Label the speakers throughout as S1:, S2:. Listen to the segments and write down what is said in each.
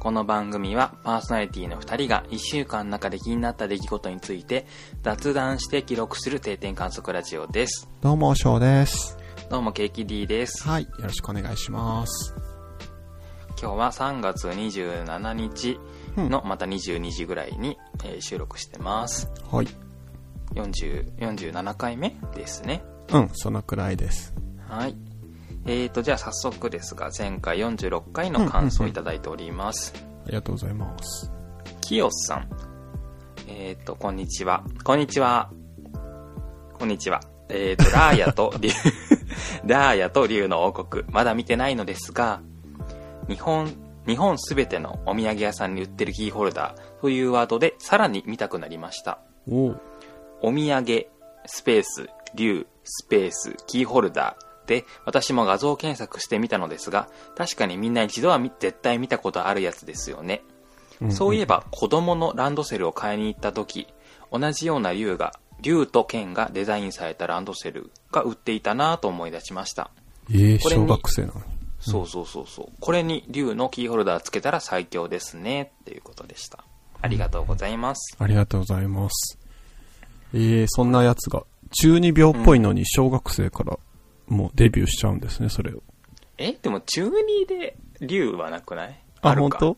S1: この番組はパーソナリティの2人が1週間の中で気になった出来事について雑談して記録する定点観測ラジオです。
S2: どうも、翔です。
S1: どうも、ケーキ D です。
S2: はい、よろしくお願いします。
S1: 今日は3月27日のまた22時ぐらいに、えー収録してます。
S2: はい。
S1: 40、47回目ですね。
S2: うん、そのくらいです。
S1: はい。えーと、じゃあ早速ですが、前回46回の感想をいただいております。
S2: ありがとうございます。
S1: きよさん。えっ、と、こんにちは。こんにちは。こんにちは。えっ、と、ラーヤと竜、 ラーヤと竜の王国、まだ見てないのですが、日本、日本すべてのお土産屋さんに売ってるキーホルダーというワードでさらに見たくなりました。
S2: おう
S1: お土産、スペース、竜、スペース、キーホルダーで私も画像検索してみたのですが、確かにみんな一度は見絶対見たことあるやつですよね。そういえば子供のランドセルを買いに行った時、同じような竜が、竜と剣がデザインされたランドセルが売っていたなぁと思い出しました。
S2: ええ
S1: これに
S2: 小学生なのに。
S1: そうそうそうそう。これに竜のキーホルダーつけたら最強ですね、っていうことでした。ありがとうございます。
S2: ありがとうございます。ええそんなやつが、12秒っぽいのに小学生からもうデビューしちゃうんですね、それを。
S1: え、でも中2で竜はなくない
S2: あ、
S1: る
S2: 本
S1: か
S2: 当？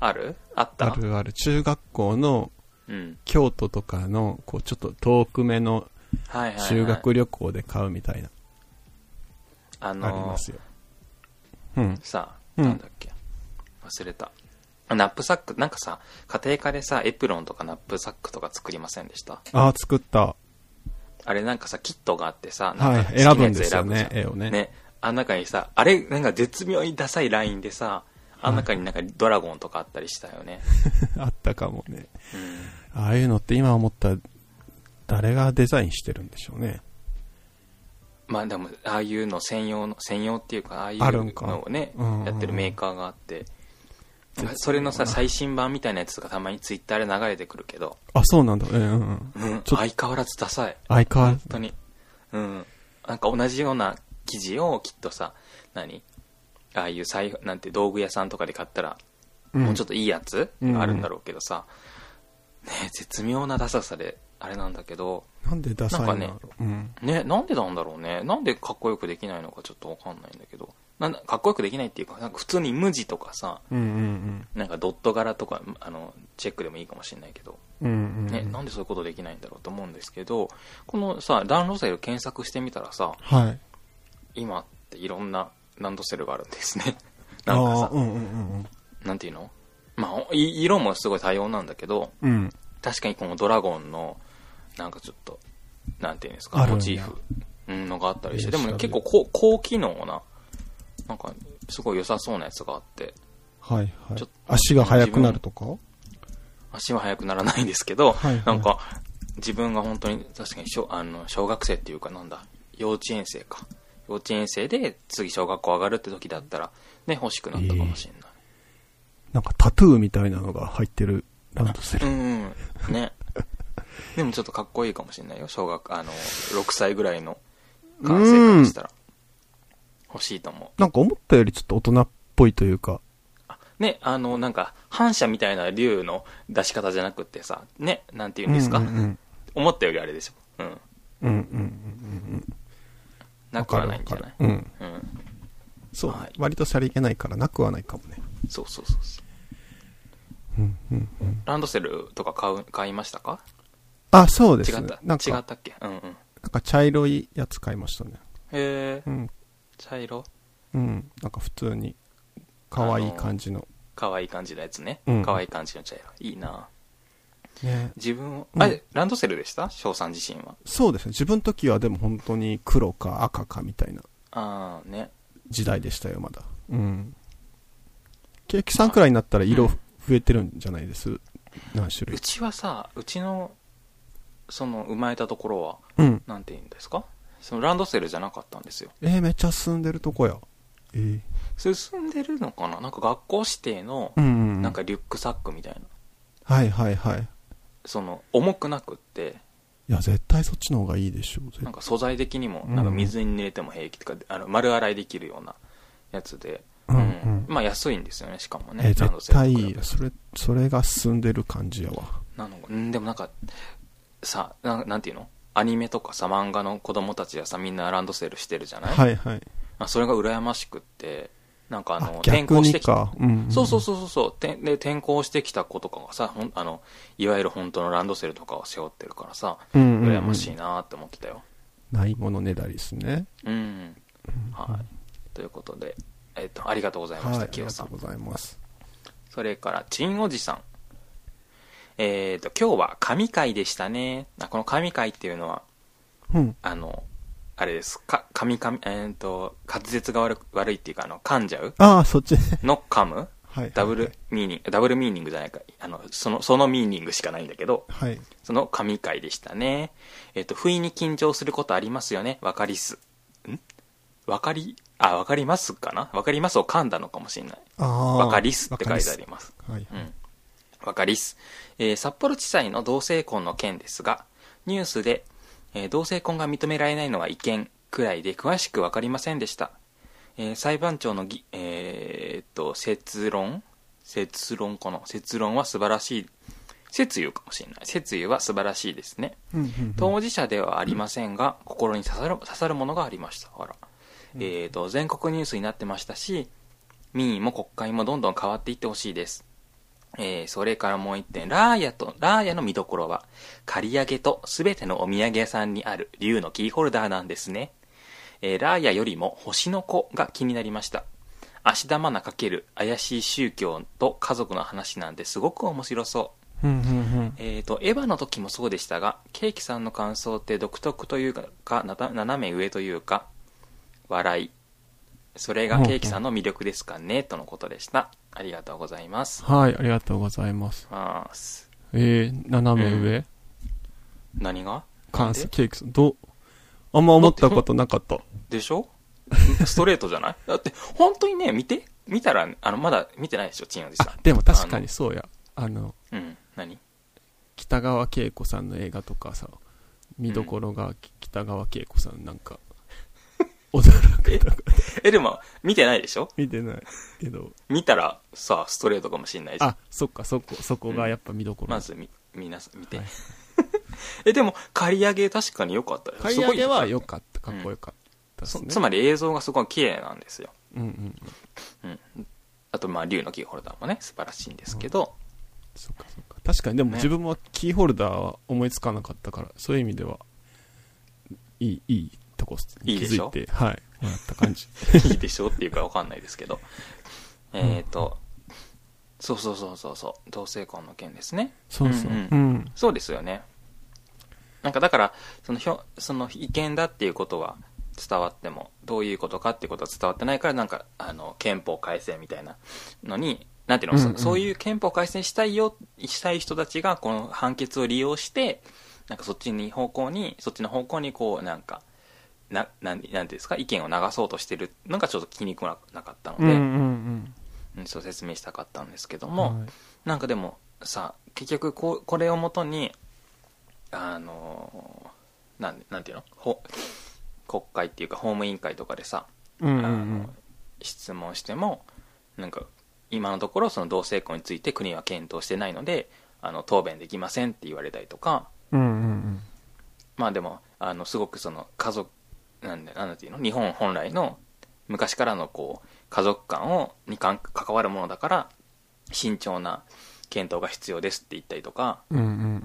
S1: あるあった
S2: あるある。中学校の
S1: うん。
S2: 京都とかの、こう、ちょっと遠くめの
S1: はいはい、はい。
S2: 修学旅行で買うみたいな、
S1: あ
S2: あり
S1: の
S2: ますよ。うん。
S1: さ、
S2: うん
S1: なんだっけ。忘れた。ナップサック、なんかさ、家庭科でさ、エプロンとかナップサックとか作りませんでした
S2: ああ、作った。
S1: あれなんかさ、キットがあってさ、
S2: は
S1: ないんか好きなや
S2: 選
S1: つ
S2: ぶんですよ
S1: 選ぶ、
S2: ね
S1: じゃん
S2: 絵をね。
S1: ね。あの中にさ、あれ、なんか絶妙にダサいラインでさ、あの中になんかドラゴンとかあったりしたよね。
S2: あったかもね。
S1: うん。
S2: ああいうのって今思ったら、誰がデザインしてるんでしょうね。
S1: まあでも、ああいうの専用の、専用っていうか、ああいう
S2: あるんか
S1: のをね
S2: うんうんう、ん
S1: やってるメーカーがあって、それのさ、最新版みたいなやつとかたまにツイッターで流れてくるけど、
S2: あ、そうなんだ。うんうんうん。
S1: うん、
S2: ちょ
S1: 相変わらずダサい。
S2: 相変わらず
S1: 本当に。うん。なんか同じような生地をきっとさ、何ああいう財布、なんて道具屋さんとかで買ったら、
S2: うん
S1: もうちょっといいやつ、
S2: うん
S1: あるんだろうけどさ、ねえ絶妙なダサさで、あれなんだけど、
S2: なんでダサいんだろう
S1: なんか
S2: うん。
S1: ね、なんでなんだろうね。なんでかっこよくできないのかちょっとわかんないんだけど。なんだかっこよくできないっていうか、なんか普通に無地とかさ、
S2: うんうん
S1: なんかドット柄とか、あの、チェックでもいいかもしれないけど、
S2: うん。うんうん。
S1: ね、なんでそういうことできないんだろうと思うんですけど、このさ、ランドセル検索してみたらさ、
S2: はい。
S1: 今っていろんなランドセルがあるんです ね。な
S2: あ
S1: んか
S2: あー、
S1: さ、
S2: うんうんうん
S1: なんていうのまあ、い色もすごい多様なんだけど、
S2: うん。うん。
S1: 確かにこのドラゴンの、なんかちょっと、なんていうんです
S2: あ
S1: か、
S2: るんや
S1: モチーフ、うん、のがあったりして、
S2: えー
S1: でもね、
S2: 調べ
S1: 結
S2: る
S1: 構高高機能な、なんか、すごい良さそうなやつがあって、
S2: はいは
S1: ちょっ
S2: い
S1: と。
S2: 足が速くなるとか
S1: 足は速くならないんですけど、
S2: はいはい
S1: なんか、自分が本当に確かに小あの小学生っていうかなんだ、幼稚園生か。幼稚園生で次小学校上がるって時だったら、ね、欲しくなったかもしれない。
S2: なんかタトゥーみたいなのが入ってるランドセ
S1: う
S2: ル。
S1: んうん。ね。でもちょっとかっこいいかもしれないよ。小学、あの、6歳ぐらいの感性からしたら。欲しいと思う。
S2: なんか思ったよりちょっと大人っぽいというか。
S1: あね、あの、なんか、反射みたいな竜の出し方じゃなくってさ、ね、なんて言うんですか、
S2: うんうん
S1: 思ったよりあれでしょ。うん。
S2: うん。うんうんうんうん。
S1: なくはないんじゃ
S2: わ
S1: ない
S2: かるわかるうん。
S1: うん。
S2: そう
S1: はい。
S2: 割とさりげないからなくはないかもね。
S1: そうそうそうそう。
S2: うんうんうん。
S1: ランドセルとか買う、買いましたか
S2: あ、そうで
S1: 違
S2: す。
S1: った。
S2: なん
S1: 違
S2: か
S1: っ、たっけうんうん。へ
S2: なんか茶色いやつ買いましたね。
S1: え
S2: う、ん。
S1: 茶色
S2: うん。なんか普通に、可愛い感じの。
S1: 可愛い感じのやつね
S2: うん。
S1: 可愛い感じの茶色。いいな
S2: ね。
S1: 自分を、
S2: うん
S1: あれ、ランドセルでした翔さん自身は。
S2: そうですね。自分の時はでも本当に黒か赤かみたいな
S1: ああ、ね。
S2: 時代でしたよ、まだ。うん。ケーキさんくらいになったら色
S1: うん
S2: 増えてるんじゃないです。何種
S1: う
S2: 類。
S1: ちはさ、うちの、その、生まれたところは、
S2: うん。
S1: なんて言うんですかそのランドセルじゃなかったんですよ。
S2: えー、めっちゃ進んでるとこや。えー、
S1: 進んでるのかななんか学校指定の
S2: う、ん、うん。
S1: なんか、リュックサックみたいな。
S2: はいはいはい。い
S1: その、重くなくって、
S2: や、絶対そっちの方がいいでしょう。絶
S1: なんか素材的にも、なんか水に濡れても平気とか、あの、丸洗いできるようなやつで、
S2: うん
S1: う
S2: うんん。
S1: まあ安いんですよね、しかもね。
S2: え、
S1: ランドセルと比
S2: 絶対
S1: べ
S2: いい。それ、それが進んでる感じやわ。
S1: なのうんでもなんかさななんていうのアニメとかさ漫画の子供たちはさみんなランドセルしてるじゃない、
S2: はいはい。
S1: まあ、それが羨ましくってなんかあの
S2: あ
S1: 転
S2: 逆
S1: 校し
S2: に
S1: てきた
S2: か。うんん。
S1: そうそうそうそうそうてで転校してきた子とかがさほんあのいわゆる本当のランドセルとかを背負ってるからさ
S2: う。うん、うん。
S1: 羨ましいなって思ってたよ
S2: ないものねだりですね。
S1: うん、はいということで、えっとありがとうございま
S2: は
S1: し
S2: い。
S1: た、
S2: あ
S1: キ
S2: り
S1: ヨ
S2: が
S1: さ
S2: と
S1: ん
S2: うございます。
S1: それから、ちんおじさん。えっ、と、今日は神回でしたね。あこの神回っていうのは、
S2: うん。
S1: あの、あれです。か、神々、えーっ、と、滑舌が悪く悪いっていうか、あの、噛んじゃう
S2: ああ、そっちね。
S1: の噛む
S2: はいはい。
S1: ダブル。ミーニング、ダブルミーニングじゃないか。あの、その、そのミーニングしかないんだけど、
S2: はい。
S1: その神回でしたね。えっ、と、不意に緊張することありますよね。わかりす。んわかり、あ、わかりますかなわかりますを噛んだのかもしれない。
S2: ああ。
S1: わかりすって書いてあります。
S2: す。はい。
S1: うん。わかりっす。えー札幌地裁の同性婚の件ですが、ニュースで、えー同性婚が認められないのは違憲くらいで詳しくわかりませんでした。えー裁判長のぎ、えーっと、説論説論かな説論は素晴らしい。説諭かもしれない。説諭は素晴らしいですね。
S2: うんうんうん
S1: 当事者ではありませんが、心に刺さる刺さるものがありましたあら、えー、と全国ニュースになってましたし民意も国会もどんどん変わっていってほしいです、えーそれからもう一点ラーヤとラーヤの見どころは借り上げと全てのお土産屋さんにある竜のキーホルダーなんですね、えーラーヤよりも星の子が気になりました芦田愛菜×怪しい宗教と家族の話なんですごく面白そう
S2: うんうんうん。
S1: えー、と、エヴァの時もそうでしたが、ケーキさんの感想って独特というか、なた斜め上というか、笑い。それがケーキさんの魅力ですかね、とのことでした。ありがとうございます。
S2: はい、ありがとうございます。
S1: ます
S2: えー、斜め上、
S1: 何が
S2: 関
S1: な
S2: 西
S1: んで
S2: ケーキさん、どうあんま思ったことなかった。
S1: でしょ ストレートじゃないだって、本当にね、見て、見たら、あの、まだ見てないでしょ、チンおじさ
S2: あ、でも確か
S1: あの
S2: にそうや。あの、
S1: ん。うん、何
S2: 北川景子さんの映画とかさ、見どころが北川景子さんなん か、驚くとか。
S1: え、でも、見てないでしょ
S2: 見てない けど。
S1: 見たら、さ、ストレートかもしれないじゃん
S2: あ、そっかそこ、そこがやっぱ見どころ。
S1: まずみ、皆さん見て。
S2: はい
S1: え、でも、借り上げ確かに良かったです
S2: 刈り上げは良
S1: かっ
S2: かった、かっこよかった
S1: た
S2: ですね。
S1: つまり映像がすごい綺麗なんですよ。
S2: うんうん。
S1: うん。あと、まあ、竜のキーホルダーもね、素晴らしいんですけど、
S2: そっかそっか。確かに、でも
S1: ね
S2: 自分もキーホルダーは思いつかなかったから、そういう意味では、いい、いいとこ
S1: い
S2: に
S1: いで
S2: 気
S1: し
S2: づ
S1: ょ
S2: いて、はい、もらった感じ。
S1: いいで しょうっていうかわかんないですけど。えっと、そうそうそうそうそう、同性婚の件ですね。
S2: そうそう。
S1: う
S2: うんん、
S1: うそうですよね。なんかだから、そのひょ、その違憲だっていうことは伝わっても、どういうことかっていうことは伝わってないから、なんか、あの、憲法改正みたいなのに、なんていうの、
S2: うんうん
S1: そそういう憲法改正したいよ、したい人たちが、この判決を利用して、なんかそっちに方向に、そっちの方向にこう、なんか、な、なん、なんていうんですか、意見を流そうとしてるのがちょっと気に食わなかったので、
S2: うんうん
S1: うんそう説明したかったんですけど
S2: うん。
S1: も、
S2: はい
S1: なんかでもさ結局こうこれをもとにあのーなんなんていうのほ国会っていうか法務委員会とかでさ、
S2: うんうん
S1: あ
S2: う
S1: の
S2: ん。
S1: 質問してもなんか今のところその同性婚について国は検討してないのであの答弁できませんって言われたりとか
S2: うんうんうん。
S1: まあでもあのすごくその家族なんでなんていうの日本本来の昔からのこう家族間をにかん関わるものだから慎重な検討が必要ですって言ったりとか
S2: うんうんうん。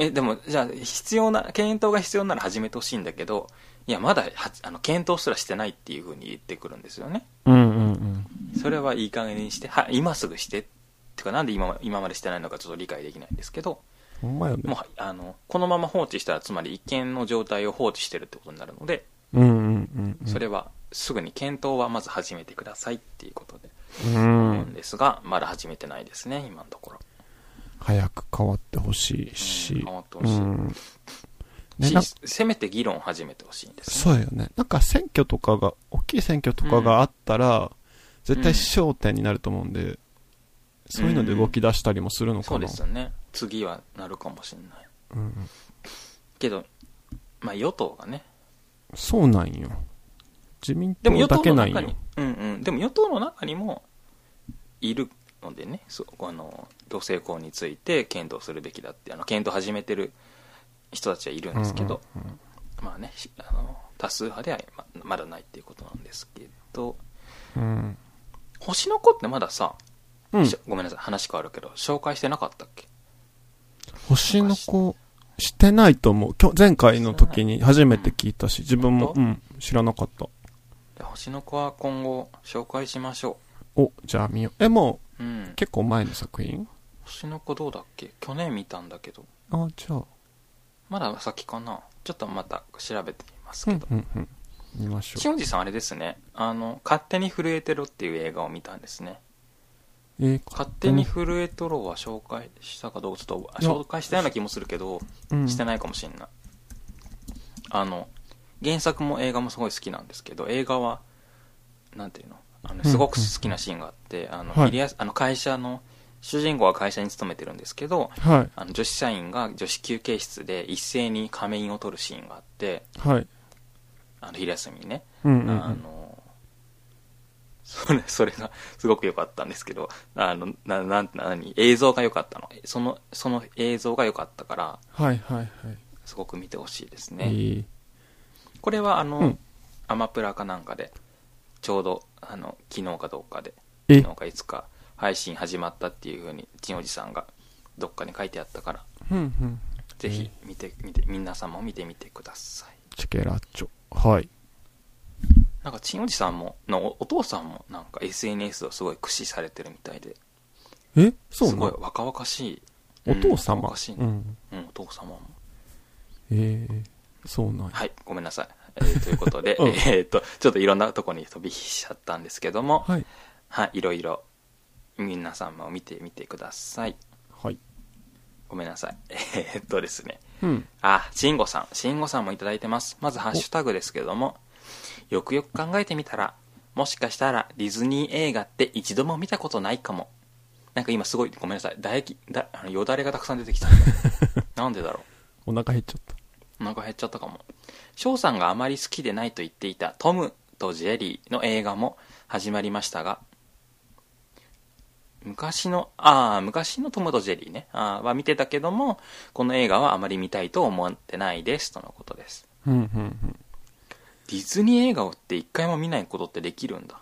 S1: えでもじゃあ必要な検討が必要なら始めてほしいんだけどいやまだはあの検討すらしてないっていうふうに言ってくるんですよね
S2: うんうんうん。
S1: それはいい加減にしては今すぐしてってかなんで今今までしてないのかちょっと理解できないんですけど
S2: ほんまよね
S1: もう。はあのこのまま放置したらつまり一見の状態を放置してるってことになるので
S2: うんうんうんうん。
S1: それはすぐに検討はまず始めてくださいっていうことで
S2: う
S1: 思うん
S2: ん。
S1: ですがまだ始めてないですね今のところ
S2: 早く変わってほしいし。
S1: うん変わってほしい
S2: うんね、
S1: し
S2: なんか
S1: せめて議論を始めてほしいんですね
S2: そうよね。なんか選挙とかが、大きい選挙とかがあったら、絶対焦点になると思うんで、そういうので動き出したりもするのかな。
S1: そうですよね次はなるかもしれない
S2: うんうん
S1: けど、まあ、与党がね、
S2: そうなんよ。自民
S1: でも
S2: 党
S1: 与
S2: だ
S1: 党
S2: け
S1: の
S2: なん
S1: 中
S2: よ
S1: に、うんうん、でも与党の中にもいるのでね、そうあの同性婚について検討するべきだって、あの検討を始めてる人たちはいるんですけど、
S2: うんうんうん
S1: まあね、しあの多数派ではままだないっていうことなんですけど、
S2: うん
S1: 星の子ってまださ、
S2: うん
S1: し、ごめんなさい、話変わるけど、紹介してなかったっけ
S2: 星の子してないと思うきょ前回の時に初めて聞いたし自分も、
S1: 本
S2: う
S1: 当
S2: ん、知らなかった
S1: で星の子は今後紹介しましょ
S2: おじゃあ見ようえも
S1: う。うん
S2: う。結構前の作品
S1: 星の子どうだっけ去年見たんだけど、
S2: あじゃあ
S1: まだ先かなちょっとまた調べてみます
S2: う
S1: け
S2: ん
S1: ど。
S2: うんうん見ましょう
S1: 塩地さんあれですねあの「勝手に震えてろ」っていう映画を見たんですね
S2: えー
S1: 「勝手に震えてろ」は紹介したかどうかちょっと
S2: いや
S1: 紹介したような気もするけど
S2: うん
S1: してないかもしんない、あの原作も映画もすごい好きなんですけど映画はなんていうのあの
S2: うん
S1: すごく好きなシーンがあってあの
S2: はい
S1: 入江あの会社の主人公は会社に勤めてるんですけど
S2: は
S1: あの女子社員が女子休憩室で一斉に仮面を取るシーンがあって
S2: いはい
S1: あの昼休みにね
S2: うんうんう
S1: あ
S2: ん
S1: の、それ、 それがすごく良かったんですけど、あの、な、なん、なに、映像が良かったの。その、その映像が良かったから、
S2: はいはいはい
S1: すごく見てほしいです
S2: え
S1: ね。
S2: ー
S1: これはあの、
S2: うん
S1: アマプラかなんかで、ちょうど、あの、昨日かどうかで、
S2: え
S1: 昨日かいつか配信始まったっていうふうに、ちんおじさんがどっかに書いてあったから、
S2: うんうん
S1: ぜひ見て、見て、皆さんも見てみてください。
S2: チケラッチョはい
S1: なんか、ちんおじさんも、のおお父さんも、なんか SNS をすごい駆使されてるみたいで、
S2: えそう
S1: す
S2: な
S1: ごい
S2: の
S1: 若々しい
S2: お父
S1: うん
S2: 様
S1: 若々しい、
S2: う
S1: ね
S2: ん
S1: うんお父様も
S2: えーそうなんや
S1: はいごめんなさい、えーということで、
S2: うん
S1: えーっとちょっといろんなとこに飛び火しちゃったんですけども
S2: はい
S1: はいいろいろ皆さんも見てみてください
S2: はい
S1: ごめんなさい えーっとですね
S2: うん
S1: あ慎吾さん慎吾さんもいただいてますまずハッシュタグですけどもよくよく考えてみたらもしかしたらディズニー映画って一度も見たことないかもなんか今すごいごめんなさい唾液だあのよだれがたくさん出てきたなんでだろう
S2: お腹減っちゃった
S1: お腹減っちゃったかも翔さんがあまり好きでないと言っていた「トムとジェリー」の映画も始まりましたが昔のああ昔の「トムとジェリーね」あーは見てたけどもこの映画はあまり見たいと思ってないですとのことです
S2: うんうん
S1: ディズニー映画をって一回も見ないことってできるんだ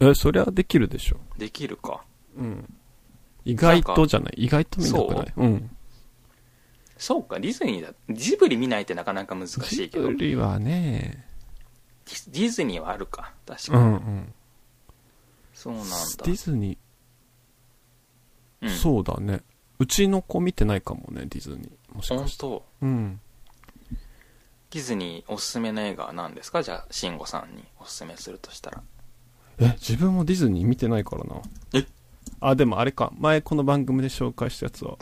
S2: うんえそりゃできるでしょ
S1: できるか
S2: うん意外とじゃない意外と見なくないうん
S1: そうかディズニーだジブリ見ないってなかなか難しいけど
S2: ジブ
S1: ディ
S2: リはね
S1: スディズニーはあるか確か
S2: う
S1: に、
S2: んうん
S1: そうなん
S2: デ
S1: だ、
S2: ィズニー、
S1: うん、
S2: そうだねうちの子見てないかもねディズニーもし
S1: 本
S2: かして
S1: 当
S2: うん
S1: ディズニーおすすめの映画は何ですかじゃあ慎吾さんにおすすめするとしたら
S2: え自分もディズニー見てないからな
S1: え
S2: あでもあれか前この番組で紹介したやつは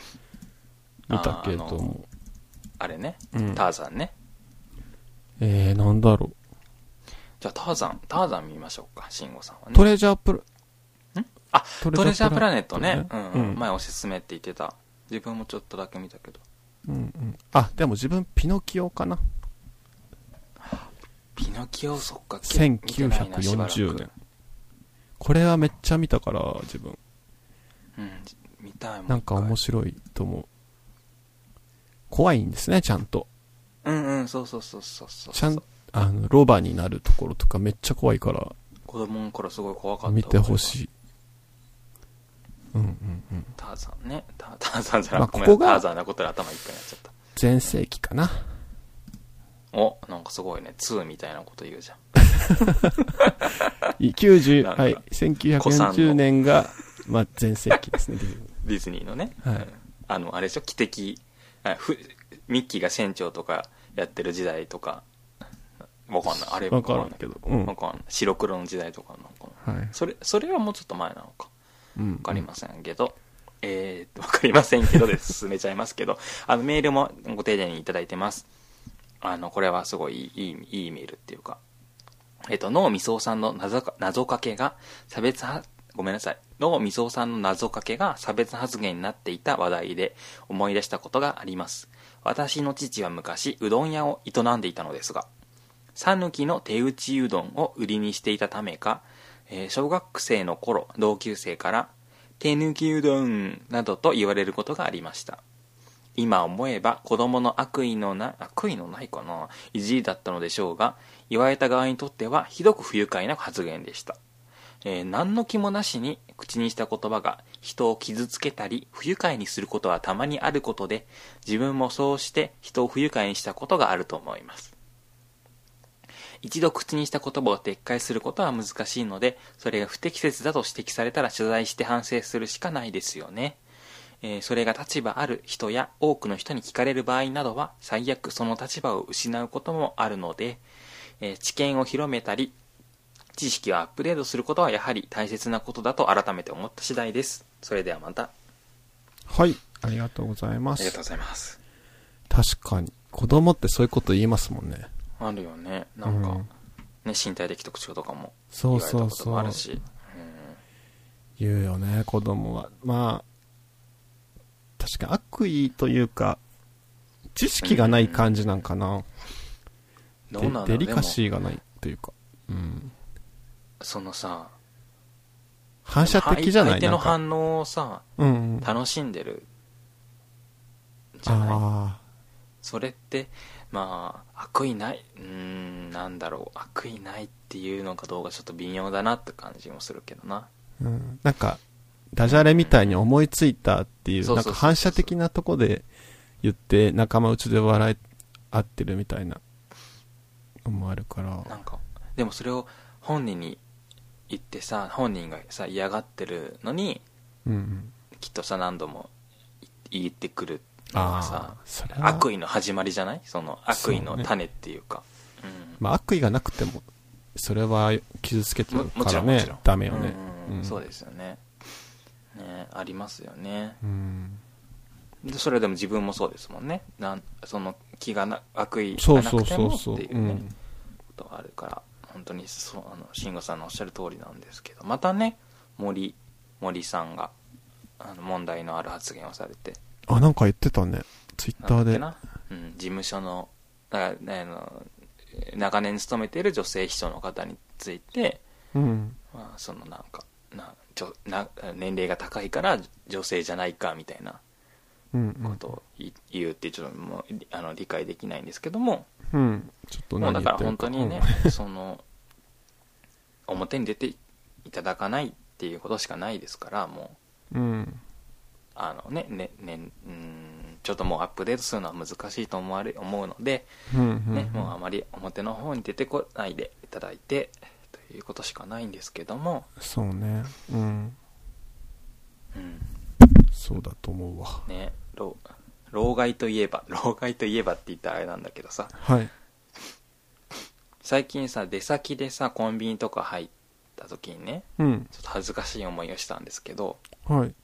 S2: 見たけれど
S1: あーあ
S2: も
S1: あれね、
S2: うん
S1: ターザンね
S2: えー、なんだろ
S1: じゃあターザンターザン見ましょうか慎吾さんは
S2: う
S1: ね
S2: トレジャープラ
S1: あ
S2: ト
S1: トレジャープラネット
S2: レジャ
S1: ね
S2: ー、プ
S1: う
S2: ラネッ
S1: ん
S2: トねうん
S1: 前おすすめって言ってた自分もちょっとだけ見たけど
S2: うんうんあでも自分ピノキオかな
S1: ピノキオそっか見てないなしばらく
S2: 1940年これはめっちゃ見たから自分
S1: うん見たいもん
S2: なんか面白いと思う怖いんですねちゃんと
S1: うんうんそうそうそうそうそう
S2: ちゃんあのロバになるところとかめっちゃ怖いから
S1: 子供の頃すごい怖かった
S2: 見てほ
S1: い
S2: しいうんうんうん
S1: ターザンねターターザンじゃな
S2: まあ
S1: くて、ごめん
S2: ここが
S1: ターザンなことで頭いっぱいになっちゃった
S2: 全盛期 かな
S1: おなんかすごいね2みたいなこと言うじゃん
S2: い90
S1: なんか
S2: はい1940年がまあ全盛期 ですね
S1: ディズニーのね、
S2: はい
S1: うんあのあれでしょ汽笛あふミッキーが船長とかやってる時代とかわかんないあれ
S2: わからんけどうん
S1: わかんない白黒の時代とかなのかな
S2: はい、
S1: それそれはもうちょっと前なのか
S2: うん、
S1: わかりませんけど、えーっとわかりませんけどで 進めちゃいますけどあのメールもご丁寧にいただいてますあのこれはすごいいいいいいいメールっていうかえっと、脳みそさんの謎か謎かけが差別は、ごめんなさい。脳みそさんの謎かけが差別発言になっていた話題で思い出したことがあります。私の父は昔、うどん屋を営んでいたのですが、讃岐の手打ちうどんを売りにしていたためか、えー小学生の頃同級生から「手抜きうどん」などと言われることがありました今思えば子供の悪意のな悪意のないかな意地だったのでしょうが言われた側にとってはひどく不愉快な発言でした、えー何の気もなしに口にした言葉が人を傷つけたり不愉快にすることはたまにあることで自分もそうして人を不愉快にしたことがあると思います一度口にした言葉を撤回することは難しいのでそれが不適切だと指摘されたら謝罪して反省するしかないですよねえーそれが立場ある人や多くの人に聞かれる場合などは最悪その立場を失うこともあるので、えー知見を広めたり知識をアップデートすることはやはり大切なことだと改めて思った次第ですそれではまたあ
S2: はい。ありがとうございま
S1: りがとう
S2: す。
S1: ございます
S2: 確かに。子供ってそういうこと言いますもんね。
S1: あるよねなんか、
S2: うん
S1: ね身体的特徴とかも言
S2: そ
S1: わ
S2: う
S1: れた
S2: そ
S1: こ
S2: う
S1: と
S2: そ
S1: もあ
S2: う
S1: る。し
S2: 言うよね、子供は。まあ、確かに悪意というか、知識がない感じなんかな。
S1: うんどうなんだろう
S2: でデリカ
S1: で
S2: シーがないというか。うん。
S1: もそのさ
S2: 反射的じゃない
S1: 相手の
S2: なんか
S1: 反応をさ
S2: うんうん。
S1: 楽しんでるじゃない
S2: あ
S1: それってまあ悪意ないうーんなんだろう悪意ないっていうのかどうかちょっと微妙だなって感じもするけどな
S2: あ、うん。なんか、ダジャレみたいに思いついたってい、
S1: そううそ
S2: な
S1: うんそうそう
S2: か反射的なとこで言って、仲間内で笑い合ってるみたいな、思われるから。
S1: なんかでもそれを本人に言ってさ本人がさ嫌がってるのに
S2: うんうん。
S1: きっとさ何度もい言ってくるのが
S2: あ
S1: さ
S2: あ、それは。
S1: 悪意の始まりじゃないその悪意の種っていうかうん
S2: まあ、悪意がなくても、それは傷つけて
S1: も
S2: る
S1: も
S2: か
S1: ちろ
S2: ら
S1: んも
S2: ね
S1: ちろん、
S2: ダメよね。
S1: うん
S2: うん
S1: そうですよねねありますよね
S2: うん。
S1: でそれでも自分もそうですもんねなんその気がな悪意
S2: そ
S1: が
S2: う
S1: な
S2: そう
S1: くて
S2: そ
S1: も
S2: う
S1: って
S2: そう。
S1: いううね
S2: ん。
S1: ことがあるから本当にそうあの慎吾さんのおっしゃる通りなんですけどまたね森森さんがあの問題のある発言をされて
S2: あ、なんか言ってたね。ツイッタ
S1: な
S2: ー
S1: んだっ
S2: で
S1: け。な、うん、事務所のだからねあの長年勤めている女性秘書の方について、
S2: うん。
S1: まあ、そのなんかなちょな年齢が高いから女性じゃないかみたいな
S2: うん、う
S1: こ
S2: ん。
S1: とをい言うってちょっともうあの理解できないんですけども、
S2: うん。ちょっと
S1: もうだ
S2: 何言
S1: から
S2: って
S1: 本
S2: る
S1: 当
S2: か
S1: にね、 その表に出ていただかないっていうことしかないですからもう
S2: うんうん。
S1: あのねねねうんちょっともうアップデートするのは難しいと思われ思うので、
S2: うん。うん
S1: ねもうあまり表の方に出てこないでいただいてということしかないんですけども、
S2: そうね。うん。
S1: うん
S2: そうだと思うわ。
S1: ね、老老害といえば 老害といえばって言ったらあれなんだけどさ
S2: はい。
S1: 最近さ出先でさコンビニとか入った時にね
S2: うん。
S1: ちょっと恥ずかしい思いをしたんですけど、
S2: はい。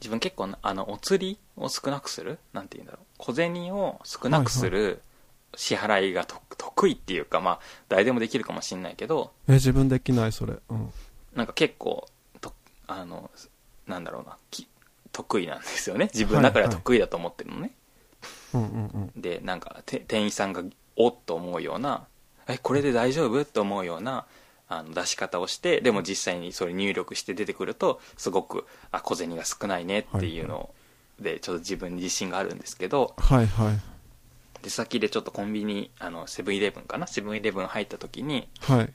S1: 自分結構なあのお釣りを少なくするなんて言うんだろう小銭を少なくする支払いがと得意っていうかまあ誰でもできるかもしれないけど
S2: え、自分できない、それ。うん。
S1: なんか結構とあのなんだろうなき得意なんですよね自分
S2: は
S1: の
S2: いはい
S1: 中では得意だと思ってるのね、
S2: うんうんうん。
S1: でなんかて店員さんがおっと思うようなえこれで大丈夫と思うようなあの出し方をしてでも実際にそれ入力して出てくるとすごくあ小銭が少ないねっていうのでちょっと自分に自信があるんですけど
S2: はいはい。
S1: 出先でちょっとコンビニあのセブンイレブンかなセブンイレブン入った時に
S2: はい。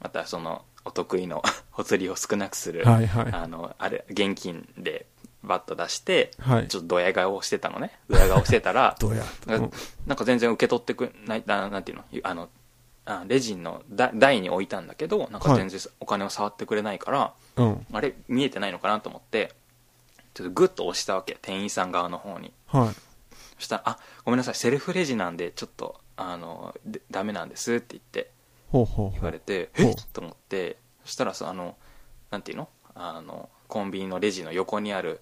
S1: またそのお得意のお釣りを少なくする、
S2: はいは
S1: あのあれ現金でバッと出して
S2: い。はい
S1: ち。ょっとドヤ顔をしてたのねドヤ顔してた ら
S2: どうや。うん
S1: なんか全然受け取ってくんないななんていうのあのあレジンのだ台に置いたんだけどなんか全然お金を触ってくれないから、
S2: うん。
S1: あれ見えてないのかなと思ってちょっとグッと押したわけ店員さん側の方に
S2: はい。
S1: そしたら「あごめんなさいセルフレジなんでちょっとあのでダメなんです」って言って
S2: ほうほう
S1: 言
S2: ほ
S1: わ
S2: う。
S1: れて「
S2: ほう
S1: えっ?」と思ってそしたらさあのなんていうのあのコンビニのレジの横にある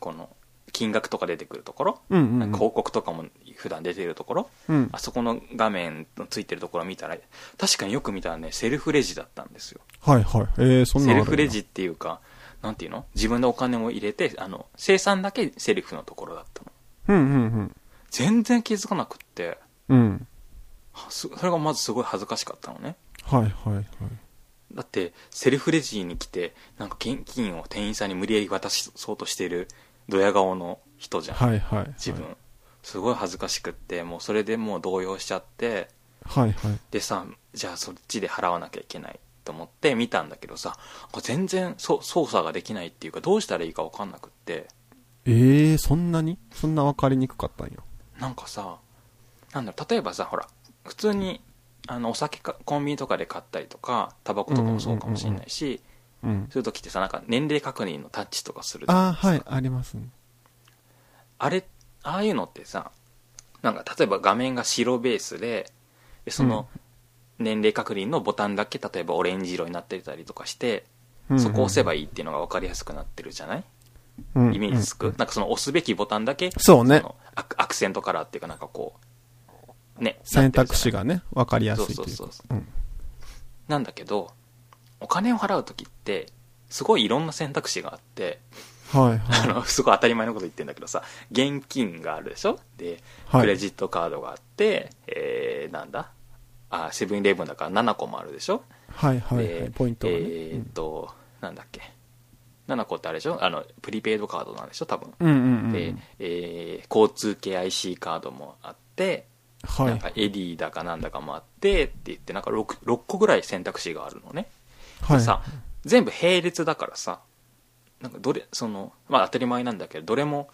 S1: この金額とか出てくるところ、
S2: うんうんう
S1: なん
S2: ん。
S1: か広告とかも普段出てるところ、
S2: うん
S1: あ。そこの画面のついてるところを見たら、確かによく見たらね、セルフレジだったんですよ。
S2: はいはい。えー、そんな
S1: セ
S2: んある
S1: ル
S2: んや
S1: フレジっていうか、なんていうの自分でお金も入れて、あの、生産だけセルフのところだったの。
S2: うんうん
S1: 全然気づかなくって、
S2: うん。うん。
S1: はすそれがまずすごい恥ずかしかったのね
S2: はいはいはい。
S1: だってセルフレジに来てなんか現金を店員さんに無理やり渡しそうとしているドヤ顔の人じゃん、
S2: はいはいはい。
S1: 自分、。すごい恥ずかしくってもうそれでもう動揺しちゃって
S2: はいはい。
S1: でさじゃあそっちで払わなきゃいけないと思って見たんだけどさこれ全然そ操作ができないっていうかどうしたらいいか分かんなくって
S2: ええー、そんなにそんな分かりにくかったんや。
S1: なんかさなんだろう例えばさほら普通にあのお酒かコンビニとかで買ったりとかタバコとかもそうかもしれないし、
S2: うん。
S1: そういう時ってさなんか年齢確認のタッチとかするじゃない
S2: ああ、
S1: ですか
S2: はい、ありますね。
S1: あれああいうのってさなんか例えば画面が白ベースででその年齢確認のボタンだけ例えばオレンジ色になってたりとかしてそこを押せば
S2: い
S1: いいっていうのが分かりやすくなってるじゃない
S2: い
S1: イメージつく、なんかその押すべきボタンだけ
S2: そうね
S1: そのアクアクセントカラーっていうかなんかこうね
S2: 選択肢
S1: が
S2: がね、分かりやすいという
S1: そ
S2: か。
S1: うそうそう
S2: うん。
S1: なんだけどお金を払う時ってすごいいろんな選択肢があって
S2: はい
S1: あ
S2: はい。
S1: のすごい当たり前のこと言ってんだけどさ現金があるでしょで
S2: はい
S1: クレジットカードがあって、えー、なんだあセブンイレブンだから7個もあるでしょ
S2: はいはいは
S1: で
S2: い。ポイントがね。
S1: えーっと、なんだっけ7個ってあれでしょあのプリペイドカードなんでしょ多分、
S2: うんうんうんう
S1: で
S2: ん。、
S1: えー交通系 IC カードもあって、
S2: は
S1: なん
S2: い
S1: か。エディだかなんだかもあってって言ってなんか 6, 6個ぐらい選択肢があるのね、
S2: はい。
S1: さ全部並列だからさなんかどれそのまあ当たり前なんだけどどれも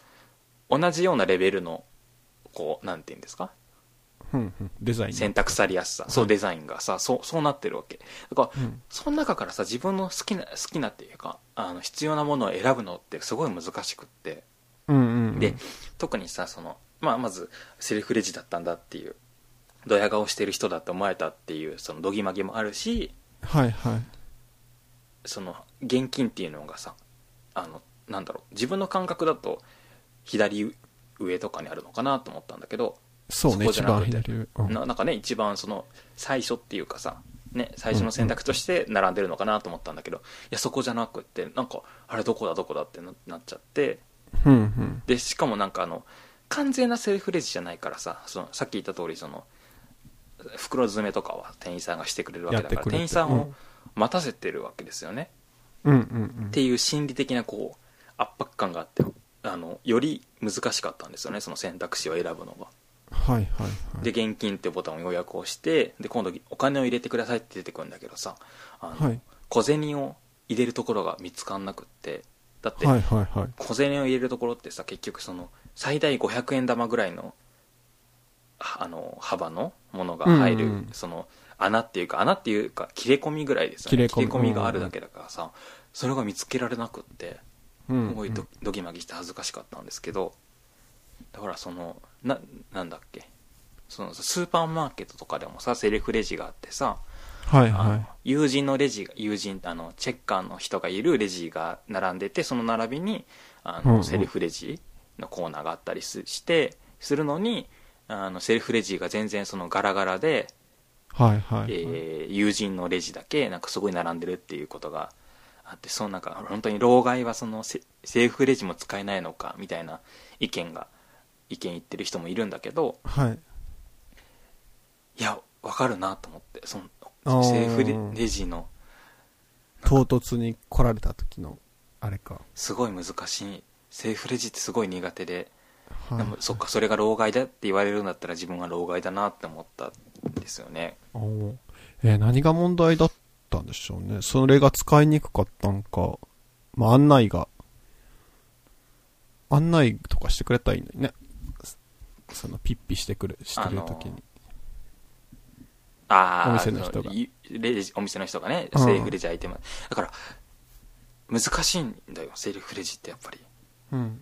S1: 同じようなレベルのこうなんて言うんですか
S2: うんうんデザイン。
S1: 選択されやすさ、そうデザインがさそうそうなってるわけだから、
S2: うん
S1: その中からさ自分の好きな好きなっていうかあの必要なものを選ぶのってすごい難しくって
S2: うんうんうん。
S1: で、特にさその、まあ、まずセルフレジだったんだっていうドヤ顔してる人だって思われたっていうそのどぎまぎもあるし
S2: はいはい。
S1: その現金っていうのがさあのなんだろう自分の感覚だと左上とかにあるのかなと思ったんだけど
S2: そうね、
S1: そこじ
S2: 一
S1: ゃな
S2: 番
S1: くて
S2: 左上。うん
S1: ななんかね一番その最初っていうかさ、ね、最初の選択として並んでるのかなと思ったんだけど、いやそこじゃなくってなんかあれどこだどこだってななっちゃって
S2: うんうん。
S1: でしかもなんかあの完全なセルフレジじゃないからさそのさっき言った通りその袋詰めとかは店員さんがしてくれるわけだか
S2: や
S1: ら
S2: ってくれ
S1: 店
S2: て
S1: 員さんを待たせてるわけですよね、
S2: うんうん
S1: っていう心理的なこう圧迫感があってあのより難しかったんですよねその選択肢を選ぶのが。
S2: うん。はいはいはい。
S1: で現金ってボタンを予約をしてで今度お金を入れてくださいって出てくるんだけどさあの、
S2: はい。
S1: 小銭を入れるところが見つかんなくってだって
S2: はいはいはい。
S1: 小銭を入れるところってさ結局その最大500円玉ぐらいのああの幅のものが入る、
S2: うんうん
S1: その穴っていうか穴っていうか切れ込みぐらいですよね
S2: 切れ込み
S1: があるだけだからさ、それが見つけられなくって
S2: うん
S1: すごい
S2: うん
S1: どどぎまぎして恥ずかしかったんですけどだからそのななんだっけそのスーパーマーケットとかでもさセルフレジがあってさ、
S2: はい
S1: あの
S2: は
S1: 友人のレジが友人あのチェッカーの人がいるレジが並んでてその並びにあの、
S2: うんうん
S1: セルフレジのコーナーがあったりすしてするのにあのセルフレジが全然そのガラガラで、
S2: い。はいはい。
S1: えー友人のレジだけなんかすごい並んでるっていうことがあってそうなんか本当に老害はそのセセルフレジも使えないのかみたいな意見が意見言ってる人もいるんだけど
S2: はい。
S1: いやわかるなと思ってそ
S2: あ
S1: の
S2: ー
S1: セルフレレジの
S2: 唐突に来られた時の、あれか。
S1: すごい難しいセーフレジってすごい苦手で、
S2: はい
S1: でもそっかそれが老害だって言われるんだったら自分は老害だなって思ったんですよね
S2: おーえー何が問題だったんでしょうね。それが使いにくかったんか、まあ、案内が、案内とかしてくれたらいいのにね。そのピッピしてくる、してる時に。
S1: ああ
S2: お店の人が
S1: レジお店の人がねセ
S2: うん
S1: ーフレジ相手も、だから難しいんだよセーフレジってやっぱり
S2: うん、うん、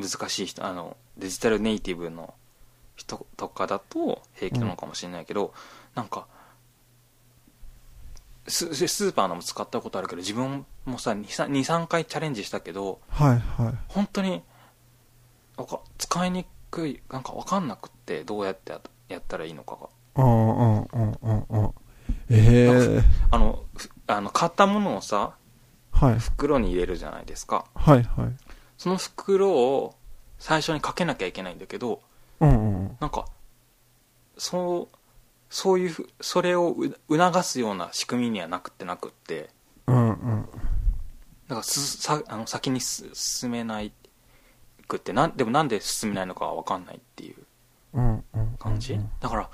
S2: うん。
S1: 難しい人あのデジタルネイティブの人とかだと平気なのかもしれないけど、なんかススーパーのも使ったことあるけど自分もさ23回チャレンジしたけど
S2: はい、はい。
S1: 本当になんか使いにくいなんか分かんなくってどうやってややったらいいのかが
S2: うん、うん、うん、うん、うん。ええー、
S1: あのふあの買ったものをさ
S2: はい、
S1: 袋に入れるじゃないですか
S2: はい、はい。
S1: その袋を最初にかけなきゃいけないんだけど
S2: うん、うんうん。
S1: なんかそうそういうふそれをう促すような仕組みにはなくってなくって
S2: うんうん。
S1: なんかすさあの先にす進めないくってなんでもなんで進めないのかは分かんないっていう
S2: うんうん。
S1: 感じ、
S2: うん
S1: だから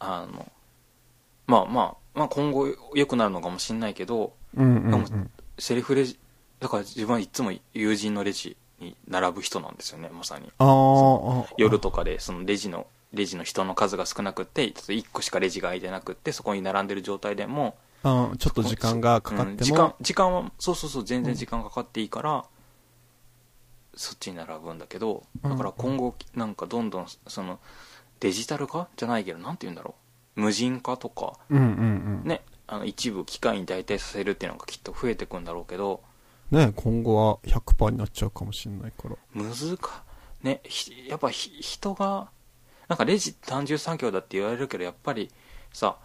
S1: あのまあまあ、まあ、今後良くなるのかもしんないけど
S2: うんうんう
S1: でも
S2: ん。
S1: セリフレジだから自分はいつも友人のレジに並ぶ人なんですよねまさに
S2: あーあー。
S1: 夜とかでそのレジのレジの人の数が少なくって1個しかレジが空いてなくってそこに並んでる状態でも
S2: あーちょっと時間がかかっても、
S1: うん時間時間はそうそうそう全然時間かかっていいから、そっちに並ぶんだけどだから今後なんかどんどんそのデジタル化じゃないけどなんて言うんだろう無人化とか
S2: うんうんうん。ね
S1: ねあの一部機械に代替させるっていうのがきっと増えてくんだろうけど
S2: 今後は100%になっちゃうかもしれないから。
S1: むずかねひやっぱひ人がなんかレジって単純作業だって言われるけどやっぱりさ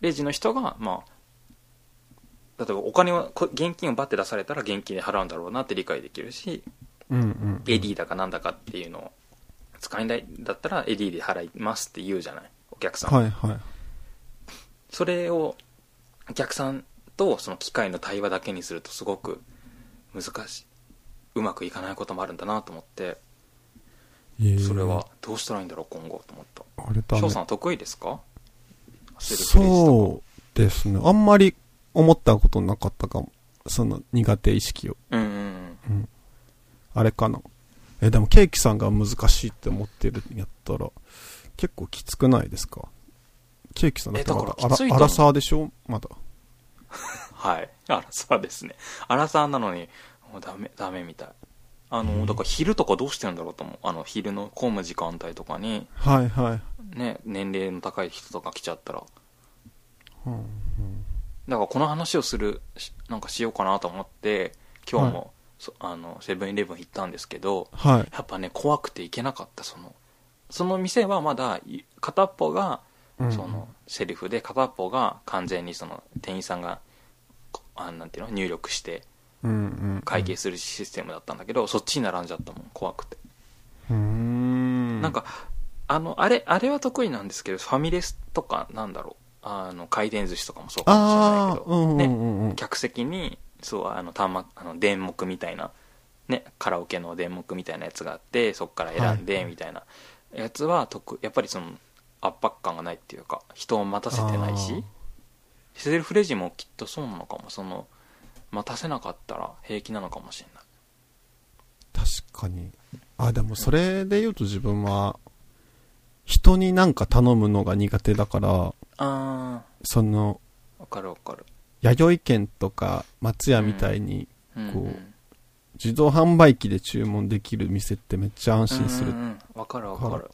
S1: レジの人がまあ例えばお金をこ現金をバッて出されたら現金で払うんだろうなって理解できるし
S2: うんうん。
S1: AD だかなんだかっていうのを使えないんだったら AD で払いますって言うじゃないお客さん、
S2: はいはい。
S1: それをお客さんとその機械の対話だけにするとすごく難しいうまくいかないこともあるんだなと思って
S2: えー
S1: それはどうしたらいいんだろう今後と思った
S2: あれだ
S1: 翔
S2: ね
S1: さん。は得意ですかセルフレジとか
S2: そうですね。あんまり思ったことなかったかも。その苦手意識を。
S1: うんうんうん
S2: うん。あれかな。え、でもケーキさんが難しいって思ってるんやったら、結構きつくないですかケーキさんだってま
S1: えだ
S2: だ
S1: から
S2: あ
S1: き
S2: ら
S1: ついと、思う
S2: あらさーでしょまだ。
S1: はいアラサーですねアラサーなのにもうダメダメみたいあの、
S2: うん
S1: だから昼とかどうしてるんだろうと思うあの昼の混む時間帯とかに
S2: はいはい。
S1: ね年齢の高い人とか来ちゃったら
S2: うんうん
S1: だからこの話をするしなんかしようかなと思って今日も、そあのセブンイレブン行ったんですけど
S2: はい。
S1: やっぱね怖くて行けなかったそのその店はまだい片っぽが
S2: うん
S1: そのセリフで片っぽが完全にその店員さんがこあなんていうの入力して
S2: うんうん、
S1: 会計するシステムだったんだけど、そっちに並んじゃったもん怖くて、
S2: うーん。
S1: なん、かあのあれあれは得意なんですけどファミレスとかなんだろうあの回転寿司とかもそうかもしれない
S2: あ
S1: け
S2: あ、う
S1: ど、
S2: んうんうんうん。
S1: 客席にそうあの端末あの電目みたいな、ね、カラオケの電目みたいなやつがあってそこから選ん
S2: は
S1: で
S2: い
S1: みたいなやつは得やっぱりその圧迫感がないっていうか人を待たせてない
S2: あー
S1: しセルフレジもきっとそうなのかもその待たせなかったら平気なのかもしれない
S2: 確かに。あ、でもそれで言うと自分は、人になんか頼むのが苦手だから、
S1: あ
S2: その、
S1: ーわかるわかる、
S2: 弥生県とか松屋みたいに
S1: うんうん
S2: こう自動販売機で注文できる店ってめっちゃ安心する
S1: うん。うんうんわかるわ
S2: わ
S1: か
S2: か
S1: る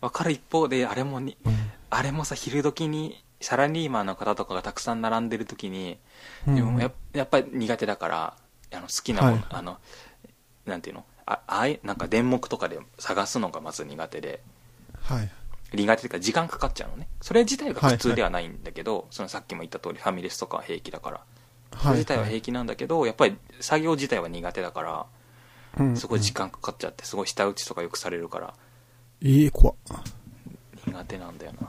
S1: わかる一方であれもにあれもさ昼時にサラリーマンの方とかがたくさん並んでる時に
S2: うん
S1: でもやっやっぱり苦手だからあの好きなもの、
S2: はい
S1: あのなんていうのあああいなんか電目とかで探すのがまず苦手で
S2: はい。
S1: 苦手というか時間かかっちゃうのねそれ自体が普通ではないんだけど、そのさっきも言った通りファミレスとかは平気だからそれ
S2: はい。
S1: 自体は平気なんだけど、やっぱり作業自体は苦手だから
S2: うん
S1: すごい時間かかっちゃってすごい舌打ちとかよくされるから
S2: いい怖っ
S1: 苦手なんだよな、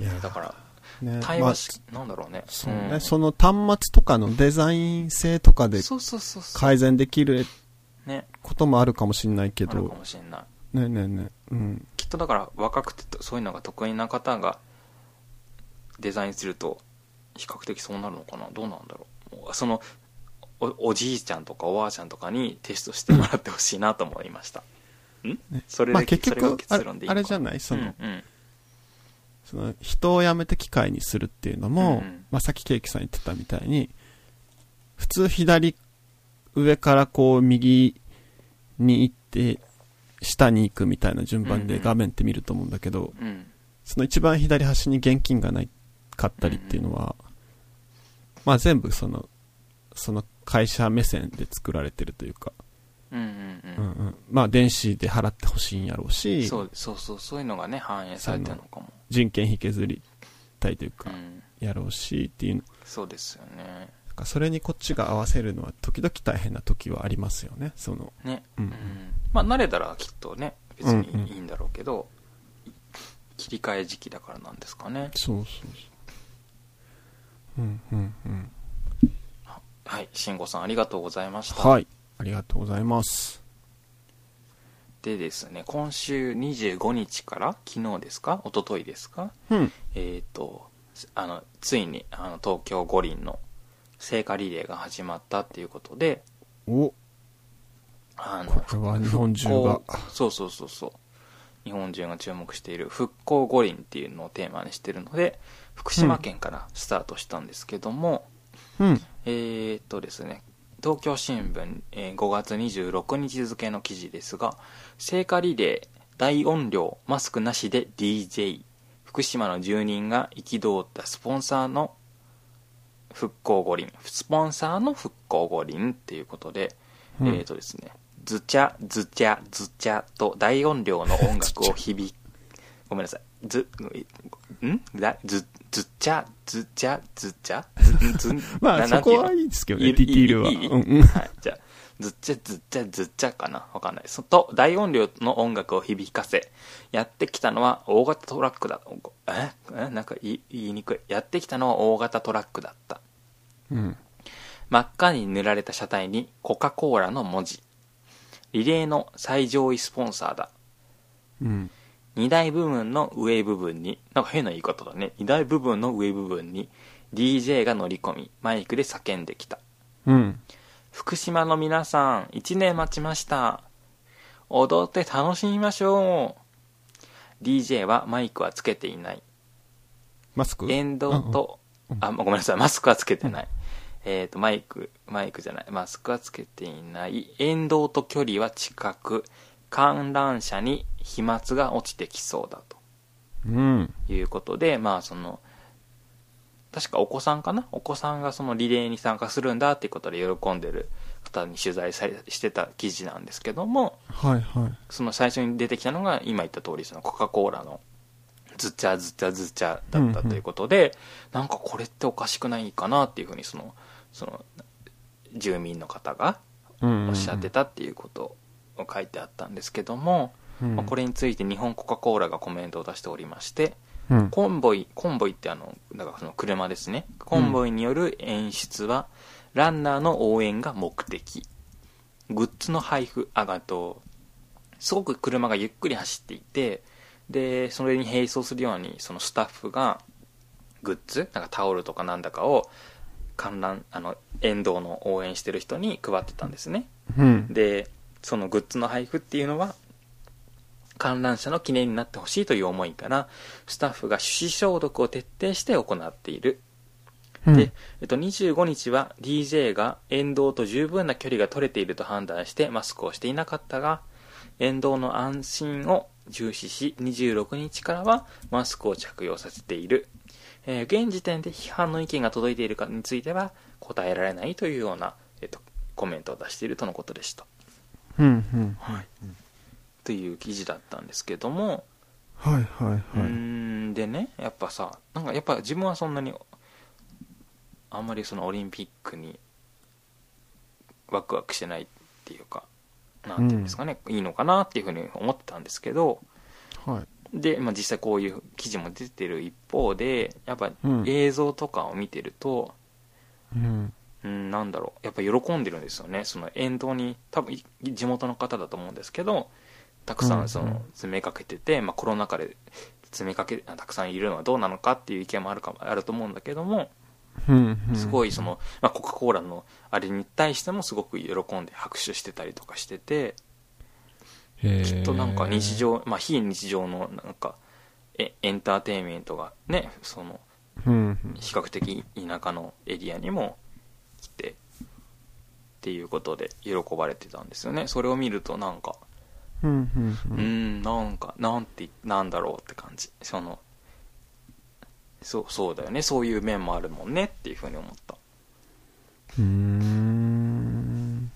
S2: いやー
S1: だから
S2: ね
S1: 対
S2: ま
S1: 話
S2: あ
S1: し、なんだろうね
S2: そう
S1: う
S2: ね。
S1: ん
S2: その端末とかのデザイン性とかで
S1: そうそうそうそ
S2: 改善できる
S1: うね
S2: こともあるかもしんないけ
S1: あるか
S2: ど
S1: も、しれない
S2: ねえねえねえ。うん。
S1: きっとだから若くてそういうのが得意な方がデザインすると比較的そうなるのかなどうなんだろうもうそのおおじいちゃんとかおばあちゃんとかにテストしてもらってほしいなと思いましたんそれ
S2: まあ
S1: で
S2: 結
S1: それが
S2: 局、あ
S1: 結
S2: れ
S1: 論でいいのか
S2: あれじゃないその、
S1: うんうん
S2: その人を辞めて機械にするっていうのも、
S1: うんうん
S2: まあ、さっきケーキさん言ってたみたいに普通左上からこう右に行って下に行くみたいな順番
S1: うん
S2: で
S1: うん
S2: 画面って見ると思うんだけど、
S1: うん
S2: その一番左端に現金がないかったりっていうのは、まあ全部そのその会社目線で作られてるというか、
S1: うんうんう
S2: うんんうん、まあ電子で払ってほしいんやろうし
S1: そうそうそうそういうのがね反映されてるのかも、
S2: 人件費削りたいという
S1: う
S2: か、
S1: ん、
S2: やろうしっていうの
S1: そうですよね
S2: なんかそれにこっちが合わせるのは時々大変な時はありますよねその
S1: ね、
S2: うん
S1: まあ慣れたらきっとね別にいいんだろうけど、切り替え時期だからなんですかね。
S2: そうそうそう。うんうんうん。
S1: はい、慎吾さんありがとうございました。
S2: はい。ありがとうございます。
S1: でですね、今週25日から、昨日ですか一昨日ですか
S2: うん。
S1: えっ、と、あの、ついに、あの、東京五輪の聖火リレーが始まったっていうことで、
S2: お、
S1: あの、
S2: これは日本中が
S1: 復。興そうそうそうそう日本中が注目している復興五輪っていうのをテーマにしてるので福島県からスタートしたんですけども、
S2: うん。
S1: えーっとですね東京新聞、えー5月26日付の記事ですが聖火リレー大音量マスクなしで DJ 福島の住人が憤ったスポンサーの復興五輪スポンサーの復興五輪っていうことで、
S2: うん
S1: えーとですねズチャズチャズチャと大音量の音楽を響きごめんなさいズんだズズチャズチャズチャズズ
S2: ま
S1: なな
S2: あ、そ
S1: んてい
S2: こ
S1: うの
S2: はいいですけど
S1: い
S2: ね、
S1: い
S2: ディティールは。
S1: いいいい
S2: うんうん。
S1: はい、じゃあ、ずっちゃずっちゃずっちゃかなわかんない。そと、大音量の音楽を響かせ、やってきたのは大型トラックだ。おええなんか言い言いにくい。やってきたのは大型トラックだった。
S2: うん。
S1: 真っ赤に塗られた車体にコカ・コーラの文字。リレーの最上位スポンサーだ。
S2: うん。
S1: 荷台部分の上部分に、なんか変な言い方だね。荷台部分の上部分に DJ が乗り込み、マイクで叫んできた。
S2: うん。
S1: 福島の皆さん、1年待ちました。踊って楽しみましょう。DJ はマイクはつけていない。
S2: マスク
S1: 沿道と、
S2: うんうん
S1: あ、ごめんなさい、マスクはつけてない。えっ、と、マイク、マイクじゃない、マスクはつけていない。沿道と距離は近く、観覧車に飛沫が落ちてきそうだと。
S2: うん。
S1: いうことで、まあその、確かお子さんかなお子さんがそのリレーに参加するんだっていうことで喜んでる方に取材されしてた記事なんですけども、
S2: はいはい。
S1: その最初に出てきたのが今言った通りそのコカ・コーラのズッチャズッチャズッチャだ
S2: う
S1: っ
S2: んう
S1: た
S2: ん
S1: ということで、なんかこれっておかしくないかなっていうふうにその、その住民の方が
S2: うん。
S1: おっしゃってたっていうことを書いてあったんですけども、
S2: うん。
S1: まあこれについて日本コカ・コーラがコメントを出しておりまして、
S2: うん、
S1: コンボイ、コンボイってあの、だからその車ですね。コンボイによる演出は、ランナーの応援が目的。グッズの配布、あがと、すごく車がゆっくり走っていて、で、それに並走するように、そのスタッフが、グッズ、なんかタオルとかなんだかを、観覧、あの、沿道の応援してる人に配ってたんですね。
S2: うん。
S1: でそのグッズの配布っていうのは観覧車の記念になってほしいという思いからスタッフが手指消毒を徹底して行っている、
S2: うん
S1: で、えっと、25日は DJ が沿道と十分な距離が取れていると判断してマスクをしていなかったが沿道の安心を重視し26日からはマスクを着用させている、えー現時点で批判の意見が届いているかについては答えられないというような、えっと、コメントを出しているとのことでした
S2: うん。うん。
S1: はい、という記事だったんですけども、
S2: はいはいは
S1: うー
S2: い。
S1: んでねやっぱさなんかやっぱ自分はそんなにあんまりそのオリンピックにワクワクしてないっていうかなんていうんですかね、いいのかなっていうふうに思ってたんですけど
S2: はい。
S1: で、まあ、実際こういう記事も出てる一方でやっぱ
S2: うん
S1: 映像とかを見てると、
S2: うん。
S1: うん、なんだろうやっぱ喜んでるんですよねその沿道に多分い地元の方だと思うんですけどたくさんそ
S2: うんうん
S1: の詰めかけてて、まあ、コロナ禍で詰めかけあたくさんいるのはどうなのかっていう意見もあるかもあると思うんだけども
S2: うん。うん
S1: すごいそ、の、まあ、コカ・コーラのあれに対してもすごく喜んで拍手してたりとかしててき
S2: き
S1: っとなんか日。常、まあ、非日常のなんかえエンターテインメントがねその
S2: うん。
S1: 比較的田舎のエリアにも来てっていうことで喜ばれてたんですよねそれを見るとなんか
S2: うん。うん
S1: うーんなんかなんてなんだろうって感じそのそうそうだよねそういう面もあるもんねっていうふうに思った
S2: うん。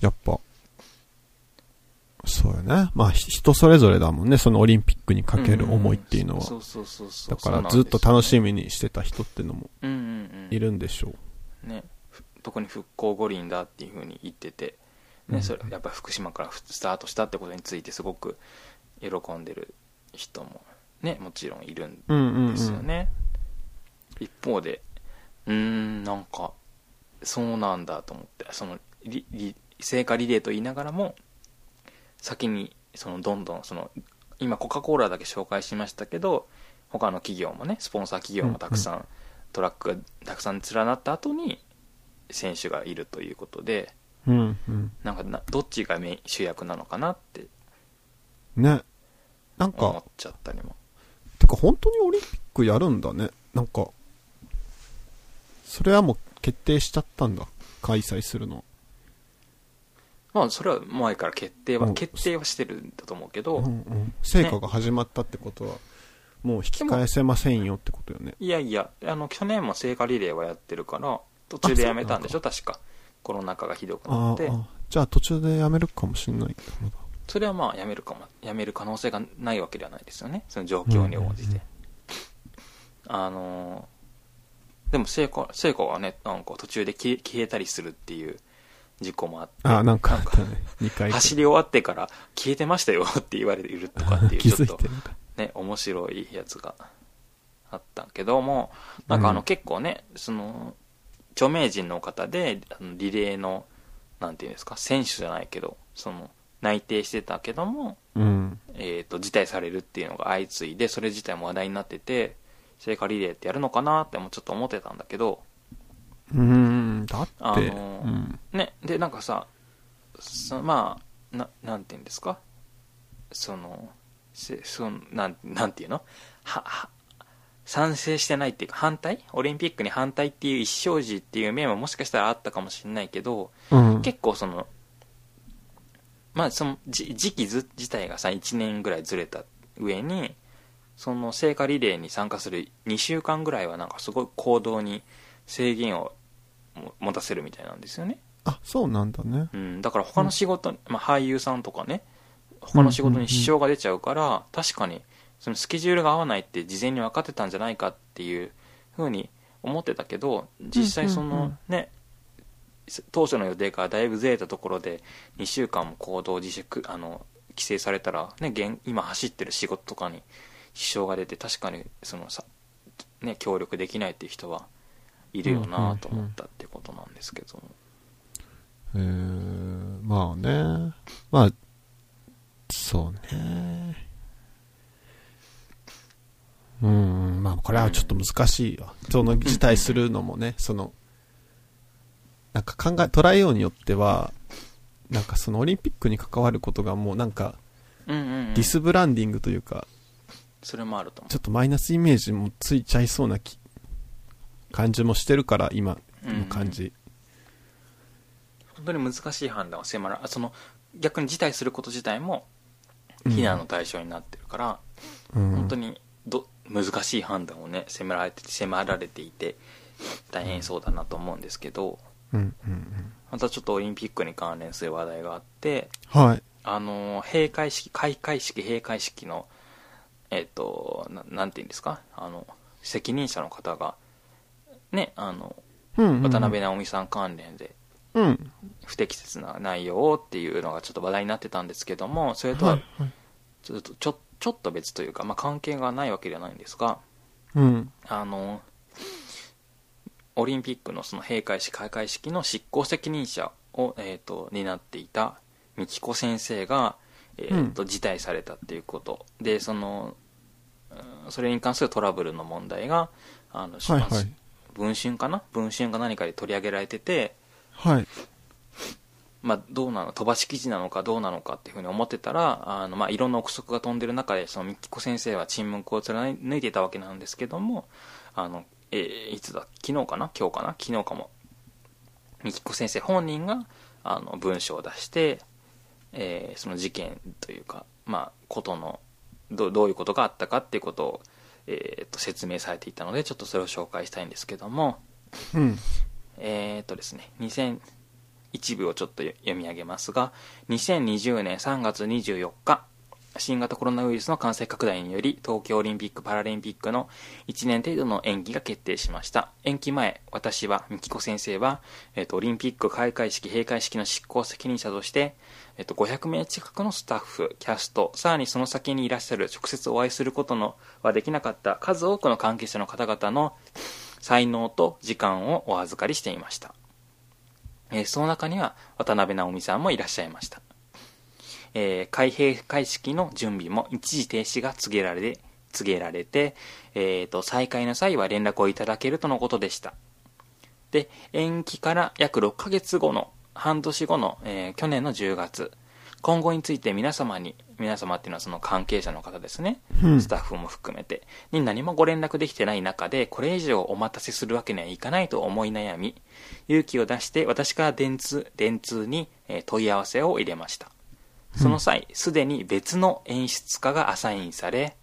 S2: やっぱ。そうよね。まあ、ひ人それぞれだもんね。そのオリンピックにかける思いっていうのは。
S1: そうそうそうそう
S2: だからずっと楽
S1: し
S2: しみにしてた人ってのも
S1: うんうんうん
S2: いるんでしょう。
S1: ねふ特に復興五輪だっていうふうに言ってて、ね
S2: うん
S1: それやっぱ福島からふスタートしたってことについてすごく喜んでる人もね、もちろんいるん
S2: うんうん、うん。
S1: ですよね。一方で、うーん、なんか、そうなんだと思って、その、りり聖火リレーと言いながらも、先に、その、どんどん、その、今、コカ・コーラだけ紹介しましたけど、他の企業もね、スポンサー企業もたくさん、トラックがたくさん連なった後に、選手がいるということで、
S2: うんうん。
S1: なんかな、どっちがメイン主役なのかなって
S2: ね。なん
S1: 思
S2: か
S1: っ、ちゃったりも。
S2: てか本当にオリンピックやるんだね。なんか、それはもう決定しちゃったんだ。開催するの。
S1: まあ、それは前から決定
S2: う
S1: は、
S2: ん
S1: 決定はしてるんだと思うけど、
S2: うんうん。成果が始まったってことは、もう引き返せませんよってことよね。
S1: いやいや、あの、去年も聖火リレーはやってるから、途中でやめたんでしょ、確か。コロナ禍がひどくな
S2: あ
S1: って
S2: ー、あ、じゃあ途中でやめるかもしんない。まだ
S1: それはまあ、やめるかも、やめる可能性がないわけではないですよね、その状況に応じ
S2: うんうんう
S1: て。
S2: ん
S1: あのーでも聖火、聖火がね、なんか途中で消え消えたりするっていう事故もあって、
S2: あー、なんかあったね。2回
S1: 走り終わってから消えてましたよって言われているとかっていう、
S2: 気
S1: ちょ
S2: づ
S1: っ
S2: い
S1: と
S2: て。るんだ。
S1: ね、面白いやつがあったけども、なんかあの
S2: うん
S1: 結構ね、その、著名人の方で、あのリレーの、なんていうんですか、選手じゃないけど、その、内定してたけども、
S2: うん。
S1: えっ、と、辞退されるっていうのが相次いで、それ自体も話題になってて、聖火リレーってやるのかなってもちょっと思ってたんだけど、
S2: うん。だって、
S1: あの
S2: うん。
S1: ね、で、なんかさ、そまあ、な、なんていうんですかその、せそのなん、なんていうのは、は、賛成してないっていうか、反対オリンピックに反対っていう一生児っていう面ももしかしたらあったかもしれないけど、
S2: うん。
S1: 結構その、まあその、じ時期ず自体がさ、1年ぐらいずれた上に、その聖火リレーに参加する2週間ぐらいはなんかすごい行動に制限をも持たせるみたいなんですよね。
S2: あ、そうなんだね。
S1: うん、だから他の仕事に、まあ、俳優さんとかね他の仕事に支障が出ちゃうから、確かにそのスケジュールが合わないって事前に分かってたんじゃないかっていうふうに思ってたけど実際その、
S2: うんうんうん
S1: ね当初の予定からだいぶずれたところで2週間も行動自粛あの規制されたら、ね、現今走ってる仕事とかに支障が出て確かにそのさ、ね、協力できないっていう人はいるよなと思ったってことなんですけども。
S2: えー、まあね。まあ、そうね。うん、まあこれはちょっと難しいわ。その辞退するのもね、その、なんか考え、捉えようによっては、なんかそのオリンピックに関わることがもうなんか
S1: うんうんうん
S2: ディスブランディングというか、
S1: それもあると思
S2: ちょっとマイナスイメージもついちゃいそうなき感じもしてるから、今の感じ。
S1: う本当に難しい判断を迫らその逆に辞退すること自体も非難の対象になってるから、
S2: うん、
S1: 本当にど難しい判断をね迫られて迫られていて大変そうだなと思うんですけど
S2: うん、うん、うん。
S1: またちょっとオリンピックに関連する話題があって
S2: はい。
S1: あの閉会式開会式閉会式のえっ、とななんて言うんですかあの責任者の方がねあの
S2: うんうんうん
S1: 渡辺直美さん関連で
S2: うん。
S1: 不適切な内容をっていうのがちょっと話題になってたんですけどもそれと
S2: は、
S1: はい
S2: はい。
S1: ちょっとちょちょっと別というか、まあ、関係がないわけではないんですが
S2: うん。
S1: あのオリンピックのその閉会式開会式の執行責任者を、えー、と担っていた美紀子先生が、えーと辞退されたっていうことでそのうんそれに関するトラブルの問題があの、
S2: はいはい。
S1: 文春かな文春か何かで取り上げられてて
S2: はい。
S1: まあ、どうなの飛ばし記事なのかどうなのかっていうふうに思ってたらあの、まあ、いろんな憶測が飛んでる中でその美紀子先生は沈黙を貫いていたわけなんですけどもあの、えーいつだ昨日かな今日かな昨日かも美紀子先生本人があの文章を出して、えーその事件というか、まあ、ことのどどういうことがあったかっていうことを、えーと説明されていたのでちょっとそれを紹介したいんですけども。
S2: うん。
S1: えー、っとですね、2001部をちょっと読み上げますが、2020年3月24日、新型コロナウイルスの感染拡大により東京オリンピック・パラリンピックの1年程度の延期が決定しました延期前私は美希子先生は、えっとオリンピック開会式閉会式の執行責任者として、えっと500名近くのスタッフキャストさらにその先にいらっしゃる直接お会いすることのはできなかった数多くの関係者の方々の才能と時間をお預かりしていました、えーその中には渡辺直美さんもいらっしゃいました、えー開閉会式の準備も一時停止が告げられ告げられて、えーと再開の際は連絡をいただけるとのことでしたで延期から約6ヶ月後の半年後の、えー去年の10月今後について皆様に皆様っていうのはその関係者の方ですね、
S2: うん
S1: スタッフも含めてに何もご連絡できてない中でこれ以上お待たせするわけにはいかないと思い悩み勇気を出して私から電通電通にえー問い合わせを入れましたその際すでに別の演出家がアサインされ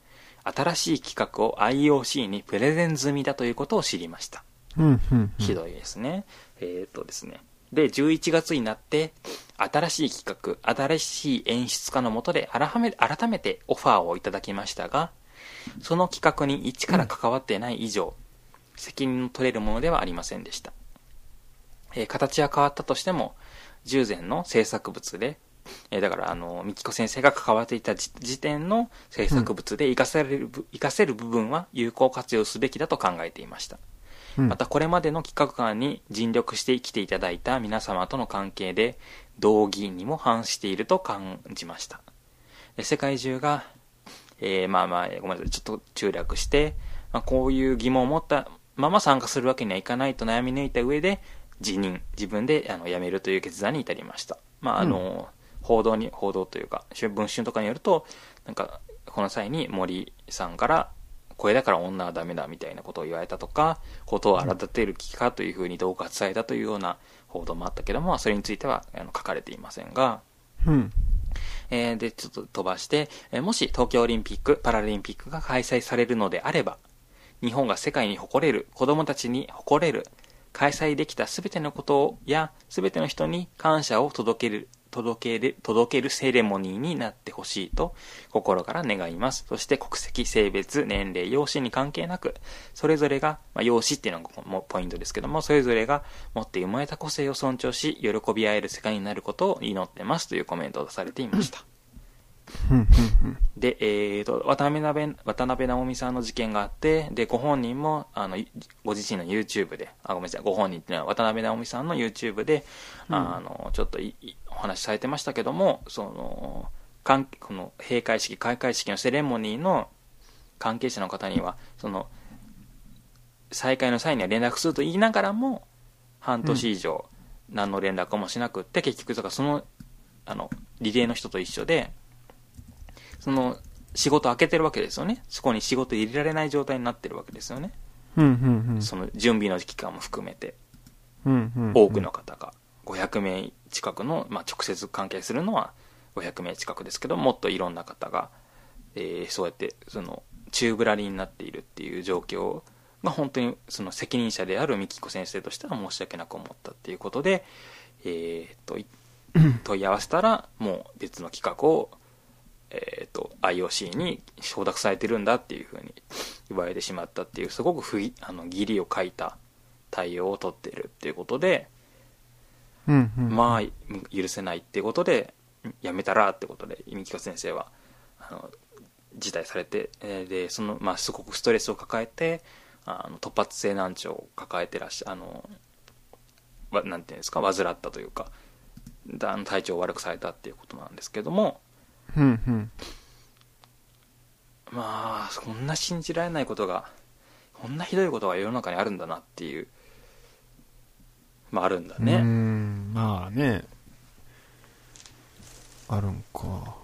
S1: 新しい企画を IOC にプレゼン済みだということを知りました
S2: うん、うん。
S1: ひどいですね。えーっとですね。で、11月になって、新しい企画、新しい演出家のもとで改め、改めてオファーをいただきましたが、その企画に一から関わってない以上、責任の取れるものではありませんでした。えー形は変わったとしても、従前の制作物で、えーだから、あの、みきこ先生が関わっていた時時点の制作物で活かせる部、活かせる部分は有効活用すべきだと考えていました。
S2: うん
S1: またこれまでの企画館に尽力してきていただいた皆様との関係で同議員にも反していると感じましたで世界中が、えーまあまあえーごめんなさいちょっと中略して、まあ、こういう疑問を持ったまま参加するわけにはいかないと悩み抜いた上で辞任自分であの辞めるという決断に至りましたまああの、報道に報道というか文春とかによるとなんかこの際に森さんからこれだから女はダメだみたいなことを言われたとかことを荒立てる気かというふうに恫喝されたというような報道もあったけどもそれについてはあの書かれていませんが、
S2: うん。
S1: えーでちょっと飛ばして、えーもし東京オリンピック・パラリンピックが開催されるのであれば日本が世界に誇れる子供たちに誇れる開催できた全てのことをや全ての人に感謝を届ける届ける届けるセレモニーになってほしいと心から願いますそして国籍性別年齢容姿に関係なくそれぞれが、まあ、容姿っていうのがここもポイントですけどもそれぞれが持って生まれた個性を尊重し喜び合える世界になることを祈ってますというコメントを出されていました
S2: うん、うん、
S1: で、えー、と渡辺なべ渡辺直美さんの事件があってでご本人もあのいご自身の YouTube であごめんなさいご本人っていうのは渡辺直美さんの YouTube で、あのちょっといいお話しされてましたけどもそのかんこの閉会式開会式のセレモニーの関係者の方にはその再開の際には連絡すると言いながらも半年以上何の連絡もしなくって、結局だからそのあのリレーの人と一緒でその仕事開けてるわけですよねそこに仕事入れられない状態になってるわけですよね、
S2: うん。うん、うん、
S1: その準備の期間も含めて
S2: うん。うん、
S1: 多くの。方が500名近くの、まあ、直接関係するのは500名近くですけどもっといろんな方が、えーそうやってその宙ぶらりんになっているっていう状況が本当にその責任者である美希子先生としては申し訳なく思ったっていうことで、えーっとい問い合わせたらもう別の企画を、えーっと IOC に承諾されてるんだっていうふうに言われてしまったっていうすごく不義あの義理を書いた対応を取っているっていうことで、
S2: うん、うん。
S1: まあ許せないっていうことでやめたらってことで美香先生はあの辞退されてえーでその、まあ、すごくストレスを抱えてあの突発性難聴を抱えてらっしゃあのわなんていうんですか患ったというかだあの体調を悪くされたっていうことなんですけども
S2: うん、うん。
S1: まあそんな信じられないことがこんなひどいことが世の中にあるんだなっていうまああるんだね。
S2: うーん、まあね。あるんか。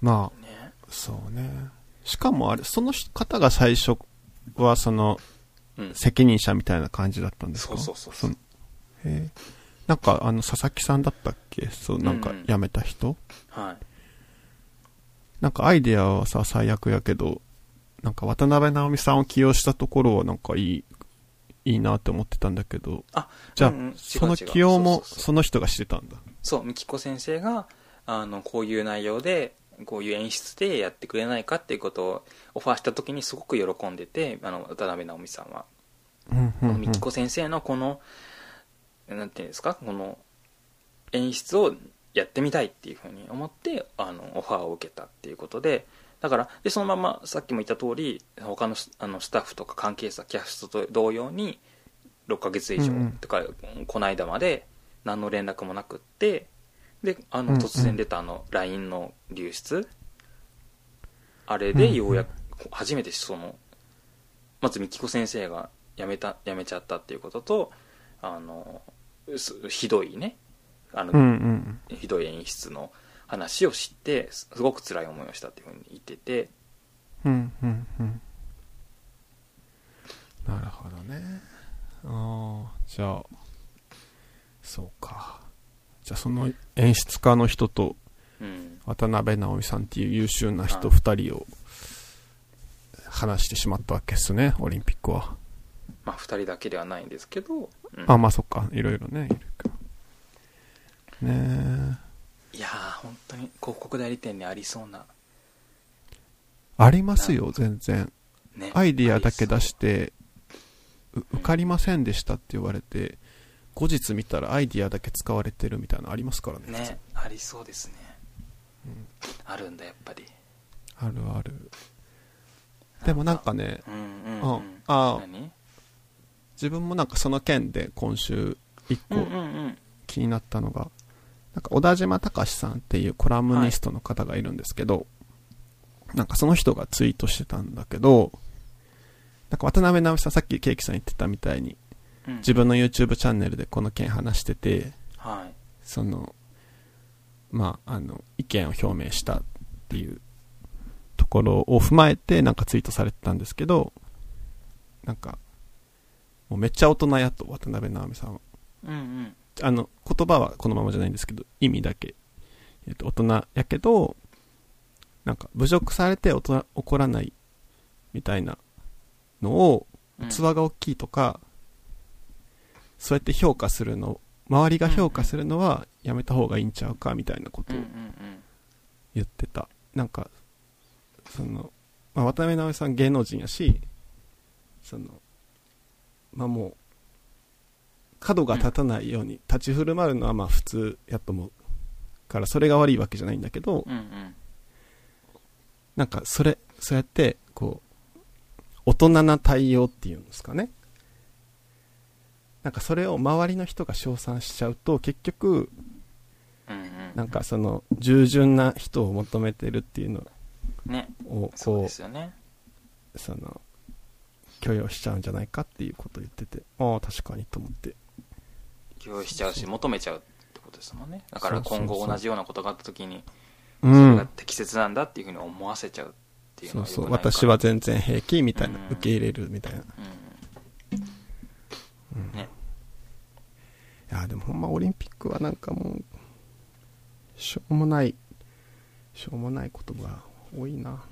S2: まあ、
S1: ね
S2: そうね。しかもあれ、その方が最初は、その、
S1: うん、
S2: 責任者みたいな感じだったんですか
S1: そうそうそうそう
S2: のへえなんか、あの、佐々木さんだったっけそう、なんか
S1: うんうん、
S2: 辞めた人、
S1: はい
S2: なんか、アイデアはさ、最悪やけど、なんか、渡辺直美さんを起用したところは、なんか、いい、いいなって思ってたんだけど、
S1: あ
S2: じゃあ、
S1: うんうん違う
S2: その起用
S1: 違うそう
S2: も、
S1: そうそう
S2: その人がしてたんだ。
S1: そう、みきこ先生が、あの、こういう内容で、こういう演出でやってくれないかっていうことをオファーした時にすごく喜んでてあの渡辺直美さんは。
S2: うんう
S1: こ
S2: んう
S1: の
S2: ん
S1: みきこ先生のこのなんていうんですかこの演出をやってみたいっていうふうに思ってあのオファーを受けたっていうことでだからでそのままさっきも言った通り他のスあのスタッフとか関係者キャストと同様に6ヶ月以上、
S2: うんうん
S1: とかこの間まで何の連絡もなくってであ
S2: うん
S1: の
S2: うん
S1: 突然出たあの LINE の流出、あれでようやく初めてそのまずみきこ先生が辞めた辞めちゃったっていうこととあのすひどいねあの、
S2: うんうん
S1: ひどい演出の話を知ってすすごく辛い思いをしたっていうふうに言ってて
S2: うんうんうんなるほどねああじゃあそうかじゃあその演出家の人と
S1: うん
S2: 渡辺直美さんっていう優秀な人
S1: はい
S2: 2人を話してしまったわけですねオリンピックは、
S1: まあ2人だけではないんですけど、うん
S2: あまあそっかいろいろねいるかねえ
S1: いやー本当に広告代理店にありそうな
S2: ありますよ全然
S1: ね
S2: アイディアだけ出してて、う受かりませんでしたって言われて、後日見たらアイディアだけ使われてるみたいなのありますからね。
S1: ねありそうですね、あるんだやっぱり
S2: あるある。でもなんかね、
S1: うんうん、
S2: う
S1: うん
S2: ん、ああ
S1: 何
S2: 自分もなんかその件で今週一
S1: うんう
S2: 個
S1: んうん
S2: 気になったのが、なんか小田島隆さんっていうコラムニストの方がいるんですけど、なんかその人がツイートしてたんだけど、なんか渡辺直美さんさっきケーキさん言ってたみたいに、
S1: うん
S2: 自分の YouTube チャンネルでこの件話してて、
S1: はい
S2: そのまああの意見を表明したっていうところを踏まえてなんかツイートされてたんですけどなんかもうめっちゃ大人やと渡辺直美さんは
S1: うんうん
S2: あの言葉はこのままじゃないんですけど意味だけ、えっと大人やけどなんか侮辱されて大人怒らないみたいなのを
S1: うん
S2: 器が大きいとか、そうやって評価するの周りが評価するのはやめた方がいいんちゃうかみたいなこと
S1: うん
S2: を
S1: うんうん
S2: 言ってた、なんかその、まあ、渡辺直美さん芸能人やしそのまあもう角が立たないように立ち振る舞うのはまあ普通やと思うからそれが悪いわけじゃないんだけど、
S1: うんうん
S2: なんかそれそうやってこう大人な対応っていうんですかねなんかそれを周りの人が称賛しちゃうと結局
S1: うんうん
S2: なんかその従順な人を求めてるっていうの
S1: ね
S2: を
S1: そう
S2: こ
S1: で
S2: う
S1: すよね
S2: その許容しちゃうんじゃないかっていうことを言っててああ確かにと思って
S1: 共有しちゃうし
S2: そう
S1: 求めちゃうってことですもんねだから
S2: そうそうそう
S1: 今後同じようなことがあった時に
S2: う
S1: それが
S2: ん
S1: 適切なんだっていうふうに思わせちゃうっていう
S2: そ
S1: の
S2: う
S1: は
S2: そう
S1: 良くないから
S2: 私は全然平気みたい
S1: う
S2: な
S1: ん
S2: 受け入れるみたいない
S1: うんね
S2: やでもほんまオリンピックはなんかもうしょうもないしょうもない言葉が多いな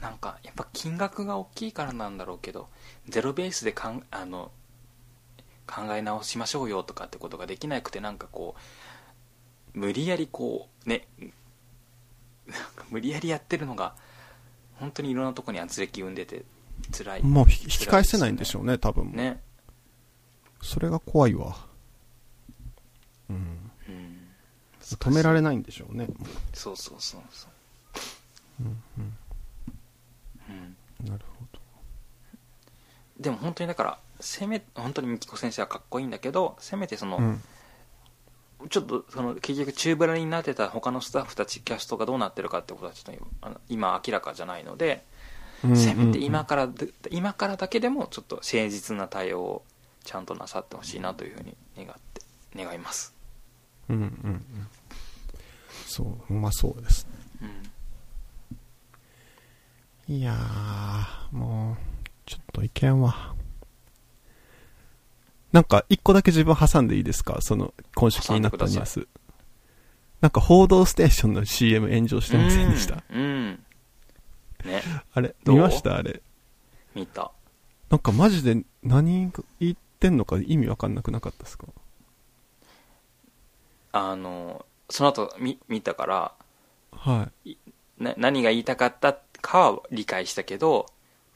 S1: なんかやっぱ金額が大きいからなんだろうけどゼロベースでかんあの考え直しましょうよとかってことができなくてなんかこう無理やりこうねなんか無理やりやってるのが本当にいろんなとこに圧力生んでて辛い
S2: もう引き引き返せないんでしょうね多分
S1: ね
S2: それが怖いわうん
S1: うん
S2: 止められないんでしょうね
S1: そうそうそうそう
S2: うんうん
S1: うん
S2: なるほど
S1: でも本当にだからせめ本当にみきこ先生はかっこいいんだけどせめてその、
S2: うん
S1: ちょっとその結局宙ぶらりんになってた他のスタッフたちキャストがどうなってるかってことはちょっとあの今明らかじゃないので、せめて今からで今からだけでもちょっと誠実な対応をちゃんとなさってほしいなというふうに願って願います、
S2: うんうんうんそうほんまそうです
S1: うん、
S2: いやーもうちょっといけんわなんか一個だけ自分挟んでいいですかその今週気になったニュースなんか「報道ステーション」の CM 炎上してませんでした
S1: うん、うんね
S2: あれ
S1: どう
S2: 見ましたあれ
S1: 見た
S2: なんかマジで何言ってんのか意味わかんなくなかったですか
S1: あのその後み見たから
S2: は
S1: な何が言いたかったかは理解したけど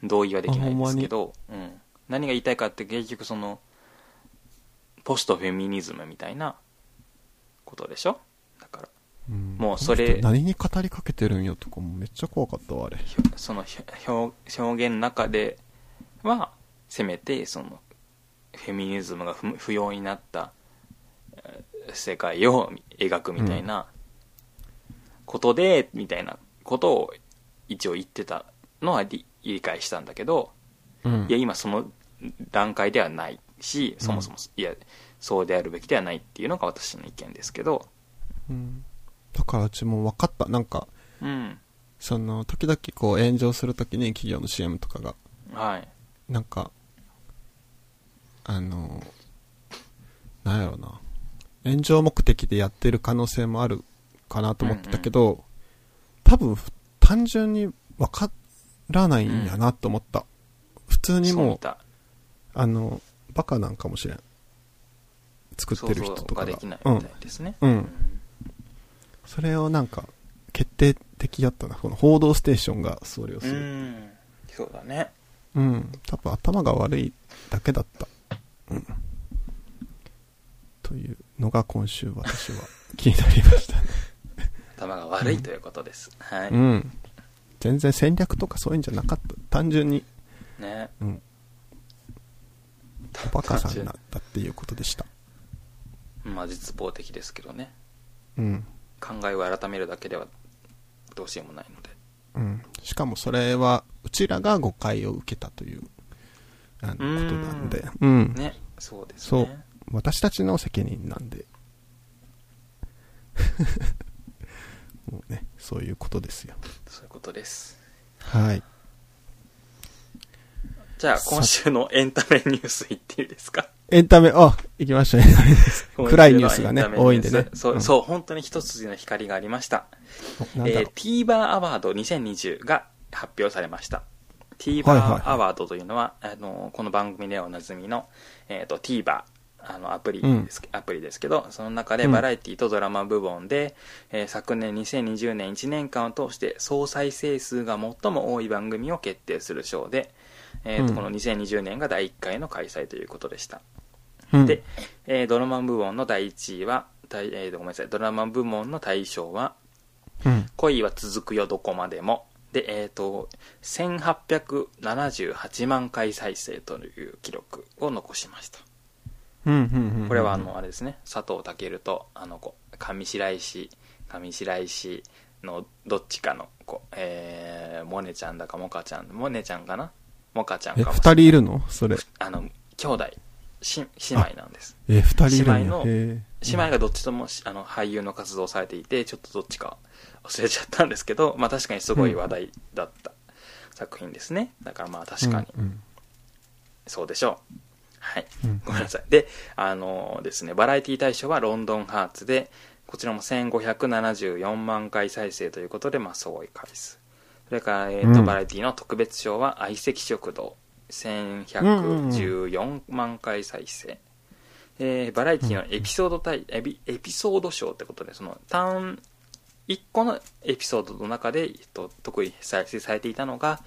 S1: 同意はできないですけど、うん、何が言いたいかって結局そのポストフェミニズムみたいなことでしょだから
S2: い。ん
S1: もうそれ
S2: この人何に語りかけてるんよとかもめっちゃ怖かったわ、あれ。
S1: ひょそのひょ表表現の中ではせめてそのフェミニズムが不不要になったえー世界を描くみたいなことで、みたいなことを一応言ってたのは理理解したんだけど、
S2: うん
S1: いや今その段階ではないしそもそも、いやそうであるべきではないっていうのが私の意見ですけど、
S2: うんだからうちも分かった。なんか、
S1: うん、
S2: その、時々こう炎上するときに企業の CM とかが、
S1: はい、
S2: なんか、あの、なんやろな。炎上目的でやってる可能性もあるかなと思ってたけど、多分、単純に分からないんやなと思った。普通に
S1: そう
S2: も
S1: 見
S2: う、
S1: た
S2: あの、バカなんかもしれん。作ってる人
S1: 想像
S2: とか
S1: が
S2: が。
S1: できない
S2: うん
S1: みたいですね、
S2: うんそれをなんか、決定的やったな。この報道ステーションがそれをす
S1: う
S2: る。
S1: んそうだね
S2: うん。多分頭が悪いだけだった。うん。というのが今週私は気になりましたね。
S1: 頭が悪いということです、はい、
S2: うん。全然戦略とかそういうんじゃなかった。単純に、
S1: ね
S2: うん。おバカさんだったっていうことでした。
S1: まあ絶望的ですけどね
S2: うん。
S1: 考えを改めるだけではどうしようもないので
S2: うん。しかもそれは、うちらが誤解を受けたという、あの、ことなんで。うん。
S1: ねそうです
S2: そう
S1: ね。
S2: 私たちの責任なんで。 もうね、そういうことですよ。
S1: そういうことです
S2: はい。
S1: じゃあ
S2: さ
S1: 今週のエンタメニュースいっていいですか
S2: エンタメ、あ、行きましたね。 暗いニュースが ね
S1: 今週のエンタメニュース
S2: 多いんでね
S1: そう、
S2: うん
S1: そう本当に一筋の光がありました
S2: おなんだろう。
S1: えー、TVer アワード2020が発表されました。
S2: はいはい
S1: TVer アワードというのは、あのこの番組ではおなじみの、えー、と TVer あのアプリです、アプリですけど、その中で
S2: うん
S1: バラエティとドラマ部門で、えー昨年2020年1年間を通して総再生数が最も多い番組を決定する賞で、えーと
S2: うん
S1: この2020年が第1回の開催ということでした。
S2: うん
S1: で、えードラマ部門の第1位は、大えーとごめんなさい、ドラマ部門の大賞は、
S2: うん。
S1: 恋は続くよどこまでもでえっ、と1878万回再生という記録を残しました
S2: うん、うん、うん。
S1: これはあのあれですね佐藤健とあの子上白石上白石のどっちかの子えー、モネちゃんだかモカちゃんモネちゃんかなモカちゃん
S2: え、
S1: かも
S2: 二人いるのそれ。
S1: あの兄弟し姉妹なんです
S2: え、二人いる
S1: 姉妹
S2: の
S1: の
S2: へ
S1: 姉妹がどっちともしあの俳優の活動をされていてちょっとどっちか忘れちゃったんですけど、まあ、確かにすごい話題だった作品ですねだからまあ確かに
S2: うん。
S1: そうでしょう、はい
S2: うん
S1: ごめんなさいであのですねバラエティ大賞は「ロンドンハーツで」こちらも1574万回再生ということでまあすごい回数それから、えーと
S2: うん
S1: バラエティの特別賞は「相席食堂」
S2: うん
S1: 1114万回再生、えーバラエティのエピソード対、エピエピソード賞ってことで、その単1個のエピソードの中で、えっと、特に再生されていたのが、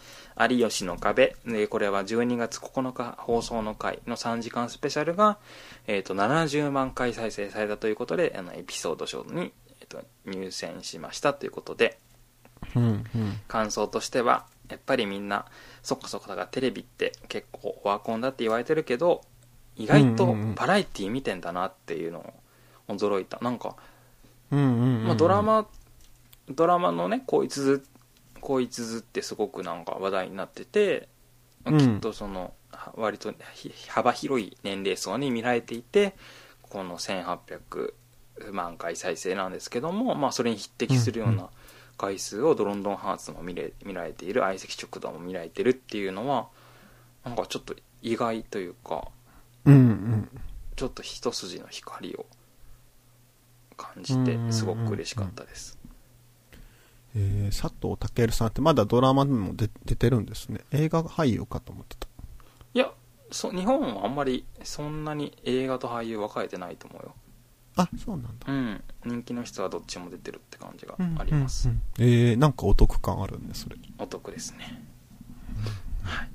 S1: 有吉の壁、でこれは12月9日放送の回の3時間スペシャルが、えっと70万回再生されたということで、あのエピソード賞に、えっと入選しましたということで、
S2: うん、うん。
S1: 感想としてはやっぱりみんなそっかそっかだからテレビって結構オワコンだって言われてるけど意外
S2: うん
S1: と
S2: うんうん
S1: バラエティ見てんだなっていうのを驚いたなんか、
S2: うん、うん。
S1: まあ、ドラ、マドラマのね「こいつづ」こいつづってすごくなんか話題になっててき
S2: うん
S1: っとそのは割とひ幅広い年齢層に見られていてこの1800万回再生なんですけども、まあ、それに匹敵するよう
S2: うんう
S1: な回数をドロンドンハーツも見れ見られている相席食堂も見られてるっていうのはなんかちょっと意外というか
S2: うん、うん。
S1: ちょっと一筋の光を感じてすごく嬉しかったです。
S2: えー、佐藤健さんってまだドラマにも出出てるんですね。映画俳優かと思ってた。
S1: いやそ日本はあんまりそんなに映画と俳優分かれてないと思うよ
S2: あ、そうなんだ。
S1: うん人気の人はどっちも出てるって感じがあります、
S2: うんうんうんえー、なんかお得感あるね、それ。
S1: お得ですね、は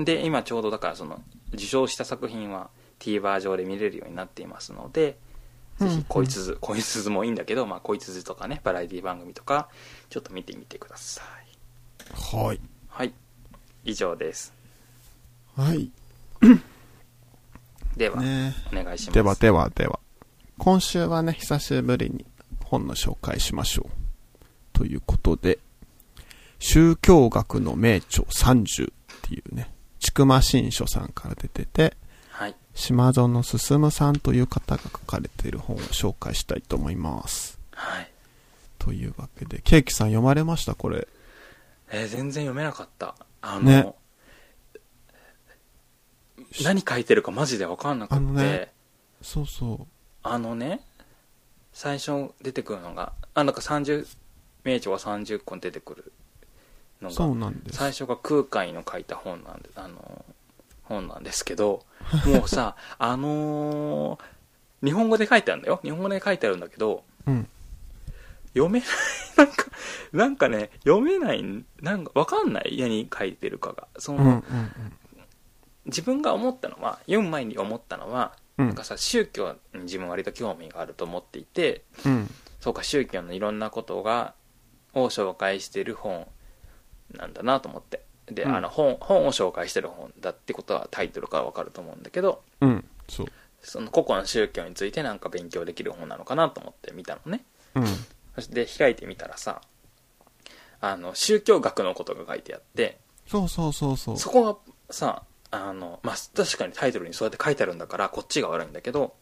S1: い、で今ちょうどだからその受賞した作品は TVer 上で見れるようになっていますのでぜひ恋つづ「恋つづ」もいいんだけど「まあ、恋つづ」とかねバラエティ番組とかちょっと見てみてください
S2: はい。
S1: はい以上です
S2: はい。
S1: では、
S2: ね
S1: お願いします
S2: ではではでは。今週はね、久しぶりに本の紹介しましょう。ということで、宗教学の名著30っていうね、ちくま新書さんから出てて、
S1: はい
S2: 島園進さんという方が書かれている本を紹介したいと思います。
S1: はい
S2: というわけで、ケーキさん読まれましたこれ。
S1: えー全然読めなかったあの、
S2: ね
S1: 何書いてるかマジで分かんなくて
S2: あのねそうそう。
S1: あのね最初出てくるのがあなんか30名著が30個出てくるの
S2: そう
S1: が
S2: なんです。
S1: 最初が空海の書いた本なんであの本なんですけ どもうさあのー日本語で書いてあるんだよ日本語で書いてあるんだけど
S2: うん。
S1: 読めないなんかなんかね読めないなんかわかんない何書いてるかがそ
S2: うん
S1: の、
S2: うんうん。
S1: 自分が思ったのは読む前に思ったのは、
S2: うん
S1: なんかさ宗教に自分割と興味があると思っていて
S2: うん。
S1: そうか宗教のいろんなことがを紹介してる本なんだなと思ってで、
S2: うん
S1: あの本本を紹介してる本だってことはタイトルからわかると思うんだけど
S2: うん。そう。
S1: その個々の宗教についてなんか勉強できる本なのかなと思って見たのね
S2: うん。
S1: そして開いてみたらさあの宗教学のことが書いてあって
S2: そうそうそうそう。
S1: そこがさあの、まあ、確かにタイトルにそうやって書いてあるんだからこっちが悪いんだけど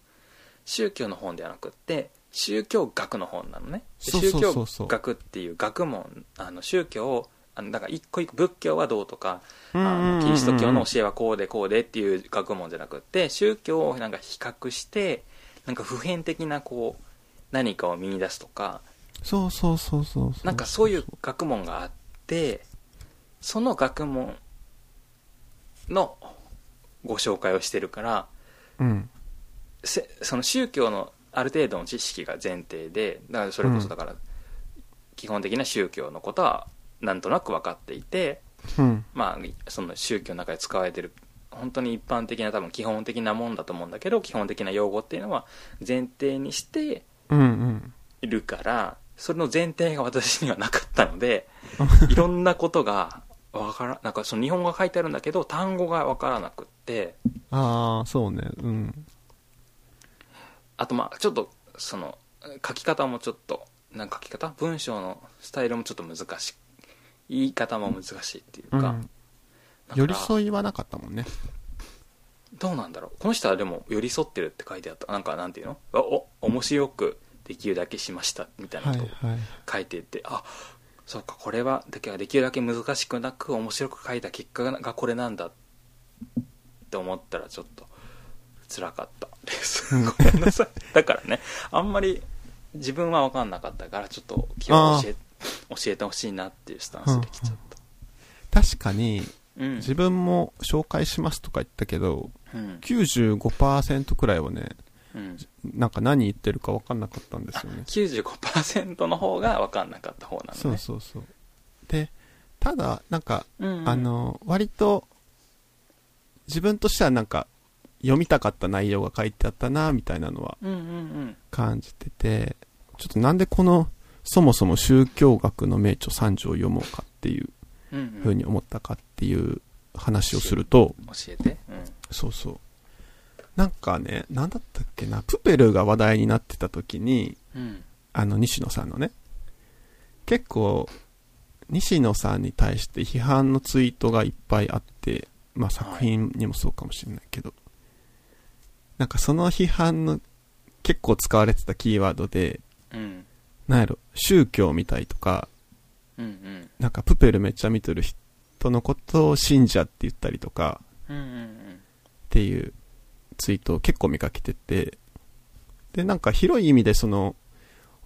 S1: 宗教の本ではなくって宗教学の本なのねで
S2: そうそうそう
S1: 宗教
S2: そう
S1: 学っていう学問あの宗教をあのだから一個一個仏教はどうとか
S2: う
S1: あ
S2: んうんうんうん
S1: のキリスト教の教えはこうでこうでっていう学問じゃなくって宗教をなんか比較してなんか普遍的なこう何かを見出すとか
S2: そうそうそうそうそう。
S1: なんかそういう学問があってその学問のご紹介をしてるから
S2: うん。
S1: せその宗教のある程度の知識が前提でだからそれこ
S2: う
S1: そ
S2: ん
S1: だから基本的な宗教のことはなんとなく分かっていて、
S2: うん。
S1: まあ、その宗教の中で使われてる本当に一般的な多分基本的なもんだと思うんだけど基本的な用語っていうのは前提にして
S2: うんうん。
S1: いるからそれの前提が私にはなかったの でいろんなことがわからなんかその日本語が書いてあるんだけど単語がわからなくって
S2: ああ、そうね。うん。
S1: あとまあちょっとその書き方もちょっとなんか書き方文章のスタイルもちょっと難しい言い方も難しいっていう
S2: う
S1: か,、
S2: ん。寄り添いはなかったもんね。
S1: どうなんだろうこの人はでも寄り添ってるって書いてあったなんかなんていうのあお面白くできるだけしましたみたいな
S2: はい
S1: ことを
S2: はい。
S1: 書いていってあそうかこれはだけどできるだけ難しくなく面白く書いた結果ががこれなんだって思ったらちょっと辛かったです ごめんなさいだからねあんまり自分は分かんなかったからちょっと今日は教え教えてほしいなっていうスタンスで来ちゃった
S2: 確かに、
S1: うん、
S2: 自分も紹介しますとか言ったけど、
S1: うん
S2: 95%くらいはね、
S1: うん、
S2: なんか何言ってるか分かんなかったんですよね。
S1: 95%の方が分かんなかった方なのね
S2: そうそうそう。で、ただ、なんか、
S1: うんうん
S2: あの、割と、自分としてはなんか、読みたかった内容が書いてあったな、みたいなのは
S1: うんうん
S2: 感じてて、ちょっとなんでこの、そもそも宗教学の名著3条を読もうかっていう
S1: うんうんう
S2: ふうんに思ったかっていう話をすると、
S1: 教えてうん
S2: そうそう。なんかね、なんだったっけな、プペルが話題になってた時に、
S1: うん
S2: あの、西野さんのね、結構、西野さんに対して批判のツイートがいっぱいあって、まあ作品にもそうかもしれないけど、なんかその批判の結構使われてたキーワードで、
S1: うん
S2: なんやろ、宗教みたいとか、
S1: うんうん
S2: なんかプペルめっちゃ見てる人のことを信者って言ったりとか、
S1: うんうん
S2: っていうツイートを結構見かけてて、で、なんか広い意味でその、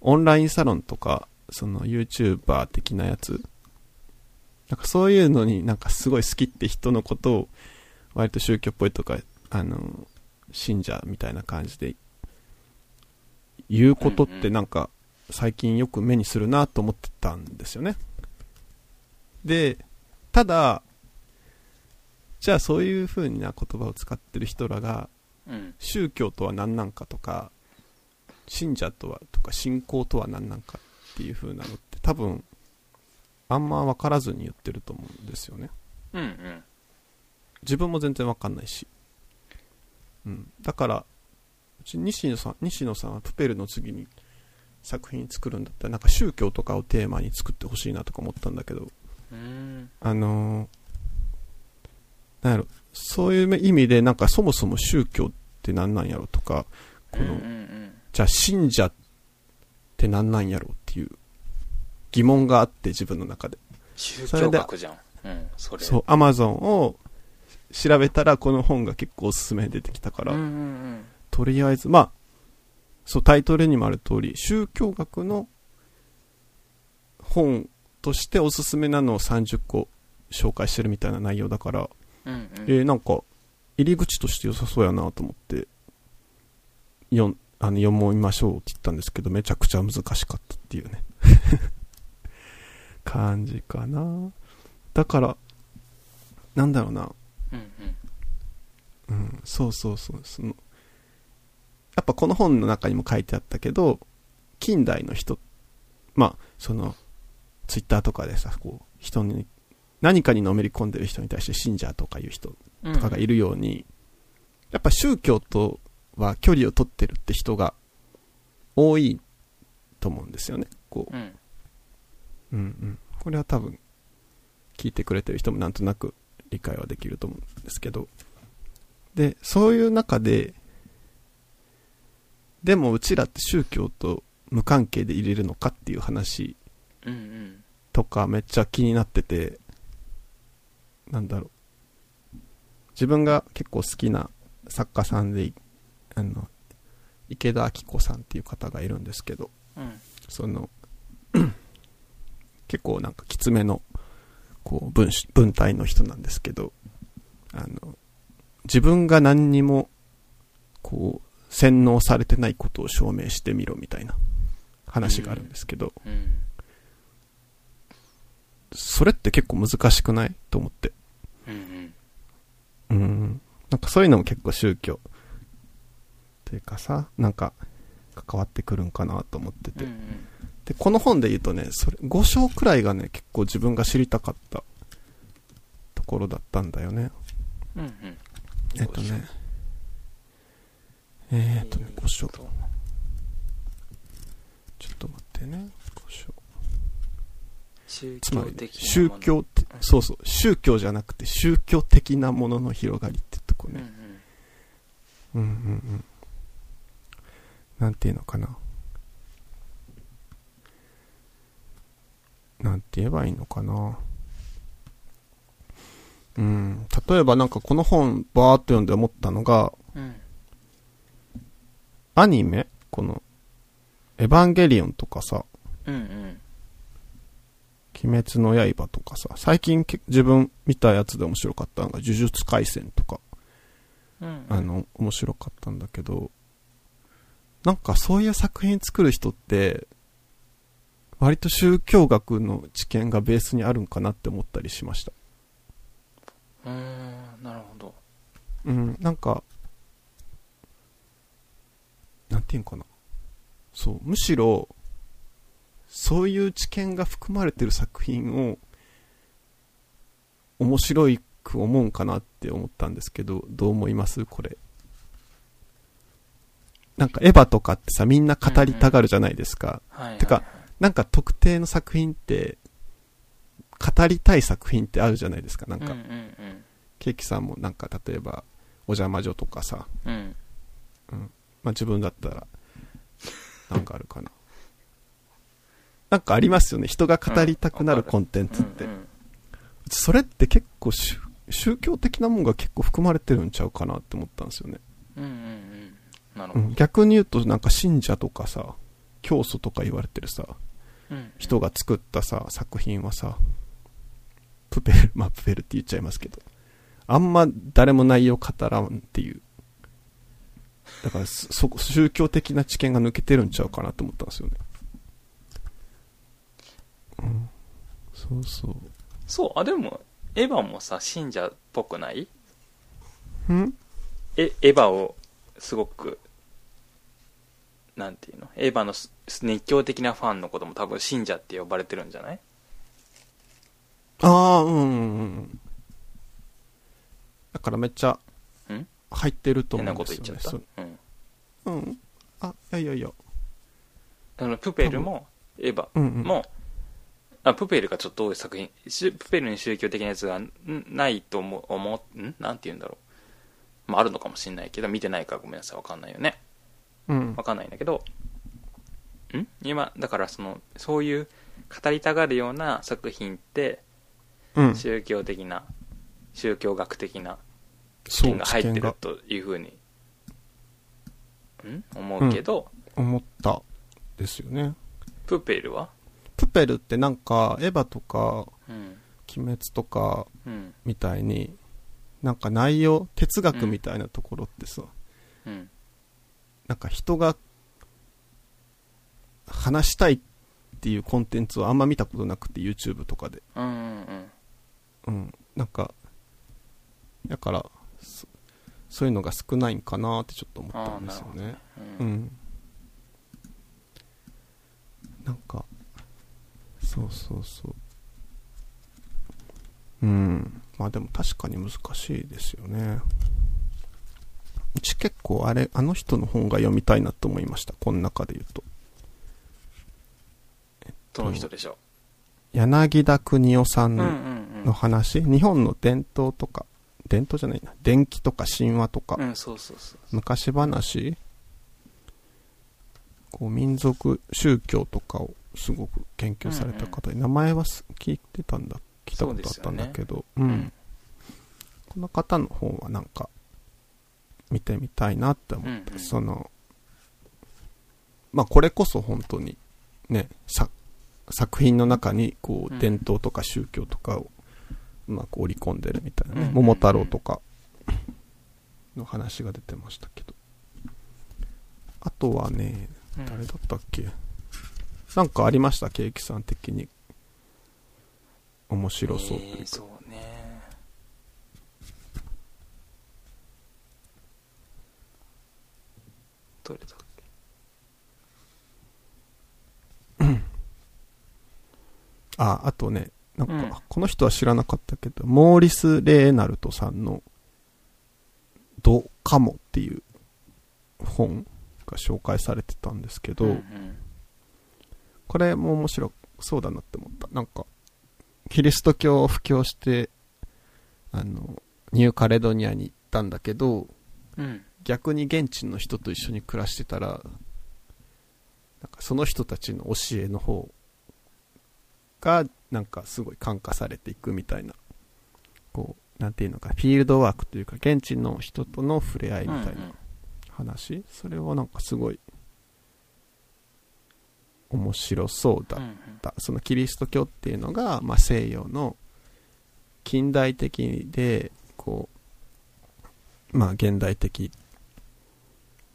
S2: オンラインサロンとか、その YouTuber 的なやつ、なんかそういうのになんかすごい好きって人のことを、割と宗教っぽいとか、あの、信者みたいな感じで言うことっ
S1: うんう
S2: て
S1: ん
S2: なんか最近よく目にするなと思ってたんですよね。で、ただ、じゃあそういう風な言葉を使ってる人らが
S1: うん。
S2: 宗教とは何なんかとか信者とはとか信仰とは何なんかっていう風なのって多分あんま分からずに言ってると思うんですよね
S1: うんうん。
S2: 自分も全然分かんないし、うん、だからうち西野さん西野さんはプペルの次に作品作るんだったらなんか宗教とかをテーマに作ってほしいなとか思ったんだけど
S1: うん。
S2: あのーなんやろそういう意味でなんかそもそも宗教って何なんやろとかこ
S1: うんう
S2: の、
S1: ん
S2: じゃあ信者って何なんやろうっていう疑問があって自分の中で。
S1: 宗
S2: それ
S1: 教
S2: で
S1: 学じゃん。うん、それ。
S2: そう、アマゾンを調べたらこの本が結構おすすめに出てきたから、
S1: うんうん
S2: とりあえず、まあ、そう、タイトルにもある通り、宗教学の本としておすすめなのを30個紹介してるみたいな内容だから、
S1: うん。うんうん。
S2: えーなんか、入り口として良さそうやなと思って、よんあの読もう見ましょうって言ったんですけど、めちゃくちゃ難しかったっていうね。 感じかな。だから、なんだろうな。
S1: うんうん。
S2: うん、そうそうそう。そのやっぱこの本の中にも書いてあったけど、近代の人、まあ、その、ツイッターとかでさ、こう、人に、何かにのめり込んでる人に対して信者とかいう人
S1: うん
S2: とかがいるように、やっぱ宗教とは距離を取ってるって人が多いと思うんですよね。こう、
S1: うん。
S2: うんうん。これは多分、聞いてくれてる人もなんとなく理解はできると思うんですけど。で、そういう中で、でもうちらって宗教と無関係で入れるのかっていう話
S1: うんうん。
S2: とかめっちゃ気になってて、なんだろう。自分が結構好きな作家さんで、あの、池田明子さんっていう方がいるんですけど、
S1: うん。
S2: その、 結構なんかきつめの、こう、文し、文体の人なんですけど、あの、自分が何にも、こう、洗脳されてないことを証明してみろみたいな話があるんですけど、
S1: うん。
S2: それって結構難しくないと思って。
S1: うんうん。
S2: うん。なんかそういうのも結構宗教、というかさ、なんか、関わってくるんかなと思って
S1: うんう
S2: て。
S1: ん。
S2: で、この本で言うとね、それ、5章くらいがね、結構自分が知りたかったところだったんだよね。
S1: うんうん。
S2: えっとね。えー、っとね、5章。ちょっと待ってね。5章。
S1: 宗
S2: つま
S1: 教
S2: りね、
S1: 的なも
S2: 宗
S1: の
S2: 教って、そうそう、宗教じゃなくて宗教的なものの広がりってとこ
S1: うんう
S2: ね。
S1: ん。
S2: うんうんうん。なんていうのかな。なんて言えばいいのかな。うん。例えばなんかこの本バーっと読んで思ったのが、
S1: うん。
S2: アニメこの、エヴァンゲリオンとかさ、
S1: うんうん。
S2: 鬼滅の刃とかさ、最近け自分見たやつで面白かったのが呪術廻戦とか、
S1: うん。
S2: あ、の、面白かったんだけど、なんかそういう作品作る人って、割と宗教学の知見がベースにあるんかなって思ったりしました。
S1: うーん、なるほど。
S2: うん、なんか、なんていうんかな。そう、むしろ、そういう知見が含まれてる作品を、面白いく思うんかなって思ったんですけど、どう思いますこれ。なんかエヴァとかってさ、みんな語りたがるじゃないですか。
S1: はい。
S2: てか、なんか特定の作品って、語りたい作品ってあるじゃないですか。な
S1: なん
S2: か
S1: うん、うん
S2: ケーキさんもなんか例えば、お邪魔女とかさ、
S1: うん。うん。
S2: まあ自分だったら、なんかあるかな。なんかありますよね。人が語りたくなるコンテンツって。
S1: うんうん
S2: それって結構宗宗教的なもんが結構含まれてるんちゃうかなって思ったんですよね。
S1: うんうんうん。なる
S2: う
S1: ほど。
S2: ん、逆に言うとなんか信者とかさ、教祖とか言われてるさ、
S1: うん
S2: 人が作ったさ、作品はさ、プペル、ま あプペルって言っちゃいますけど、あんま誰も内容語らんっていうだからそ、そこ宗教的な知見が抜けてるんちゃうかなと思ったんですよね。うん。そうそう。
S1: そう、あ、でも、エヴァもさ、信者っぽくない
S2: うん
S1: え、エヴァを、すごく、なんていうのエヴァのす熱狂的なファンのことも多分信者って呼ばれてるんじゃない
S2: ああ、うんうんうん。だからめっちゃ
S1: ん
S2: 入ってると
S1: 変
S2: 思う
S1: なんこ
S2: で
S1: と
S2: す
S1: 言っ
S2: よ
S1: ちゃ
S2: ね。
S1: った。
S2: そ
S1: う
S2: う
S1: ん。
S2: うん。あ、いやいやいや。
S1: あの、プペルも、エヴァ
S2: うんうん。
S1: も、あプペルがちょっと多い作品、しプペルに宗教的なやつがんないと思う、思う、んなんて言うんだろう。まあ、あるのかもしれないけど、見てないからごめんなさい、わかんないよね。
S2: うん
S1: わ。かんないんだけど、ん今、だからその、そういう語りたがるような作品って、
S2: うん。
S1: 宗教的な、宗教学的な知
S2: そ
S1: 見
S2: う、
S1: が
S2: 知
S1: 入って
S2: 見
S1: る
S2: が
S1: というふうに、ん思うけど、
S2: 思ったですよね。
S1: プペルは
S2: プペルってなんか、エヴァとか、
S1: うん。
S2: 鬼滅とか
S1: うん。
S2: みたいに、なんか内容、哲学みたいなところってさ、
S1: うん。
S2: なんか人が話したいっていうコンテンツをあんま見たことなくて、YouTube とかで。
S1: うんうんうん。
S2: うん、なんか、だから、そそういうのが少ないんかなってちょっと思ったんですよね。
S1: う
S2: うんん。なんか、そうそうそう。うん。まあでも確かに難しいですよね。うち結構あれ、あの人の本が読みたいなと思いました。この中で言うと。
S1: どの人でしょ
S2: 柳田邦夫さ
S1: う、
S2: ん
S1: うんう
S2: の
S1: ん
S2: 話、日本の伝統とか、伝統じゃないな、伝記とか神話とか、
S1: うん。うん、そうそうそう。
S2: 昔話、こう民族、宗教とかをすごく研究された方で、名前はす聞いてたんだ、聞いたことあったんだけど、う、
S1: うん
S2: この方の方はなんか、見てみたいなって思って、
S1: うんうん
S2: その、まあこれこそ本当に、ね、さ作品の中にこ
S1: う
S2: うん伝統とか宗教とかをうまく織り込んでるみたいなね、
S1: うんうんうん
S2: 桃太郎とかの話が出てましたけど。あとはね、
S1: うん
S2: 誰だったっけなんかありましたケーキさん的に。面白そうというか
S1: えーそうねどれだっけ
S2: あ、あとね、なんか、
S1: うん
S2: この人は知らなかったけど、モーリス・レーナルトさんの、ド・カモっていう本が紹介されてたんですけど、
S1: うんうん
S2: これも面白そうだなって思った。なんか、キリスト教を布教して、あの、ニューカレドニアに行ったんだけど、
S1: うん
S2: 逆に現地の人と一緒に暮らしてたら、なんかその人たちの教えの方が、なんかすごい感化されていくみたいな、こう、なんていうのか、フィールドワークというか、現地の人との触れ合いみたいな話、それはなんかすごい、面白そうだ
S1: うん
S2: ったそのキリスト教っていうのが、まあ、西洋の近代的でこうまあ現代的っ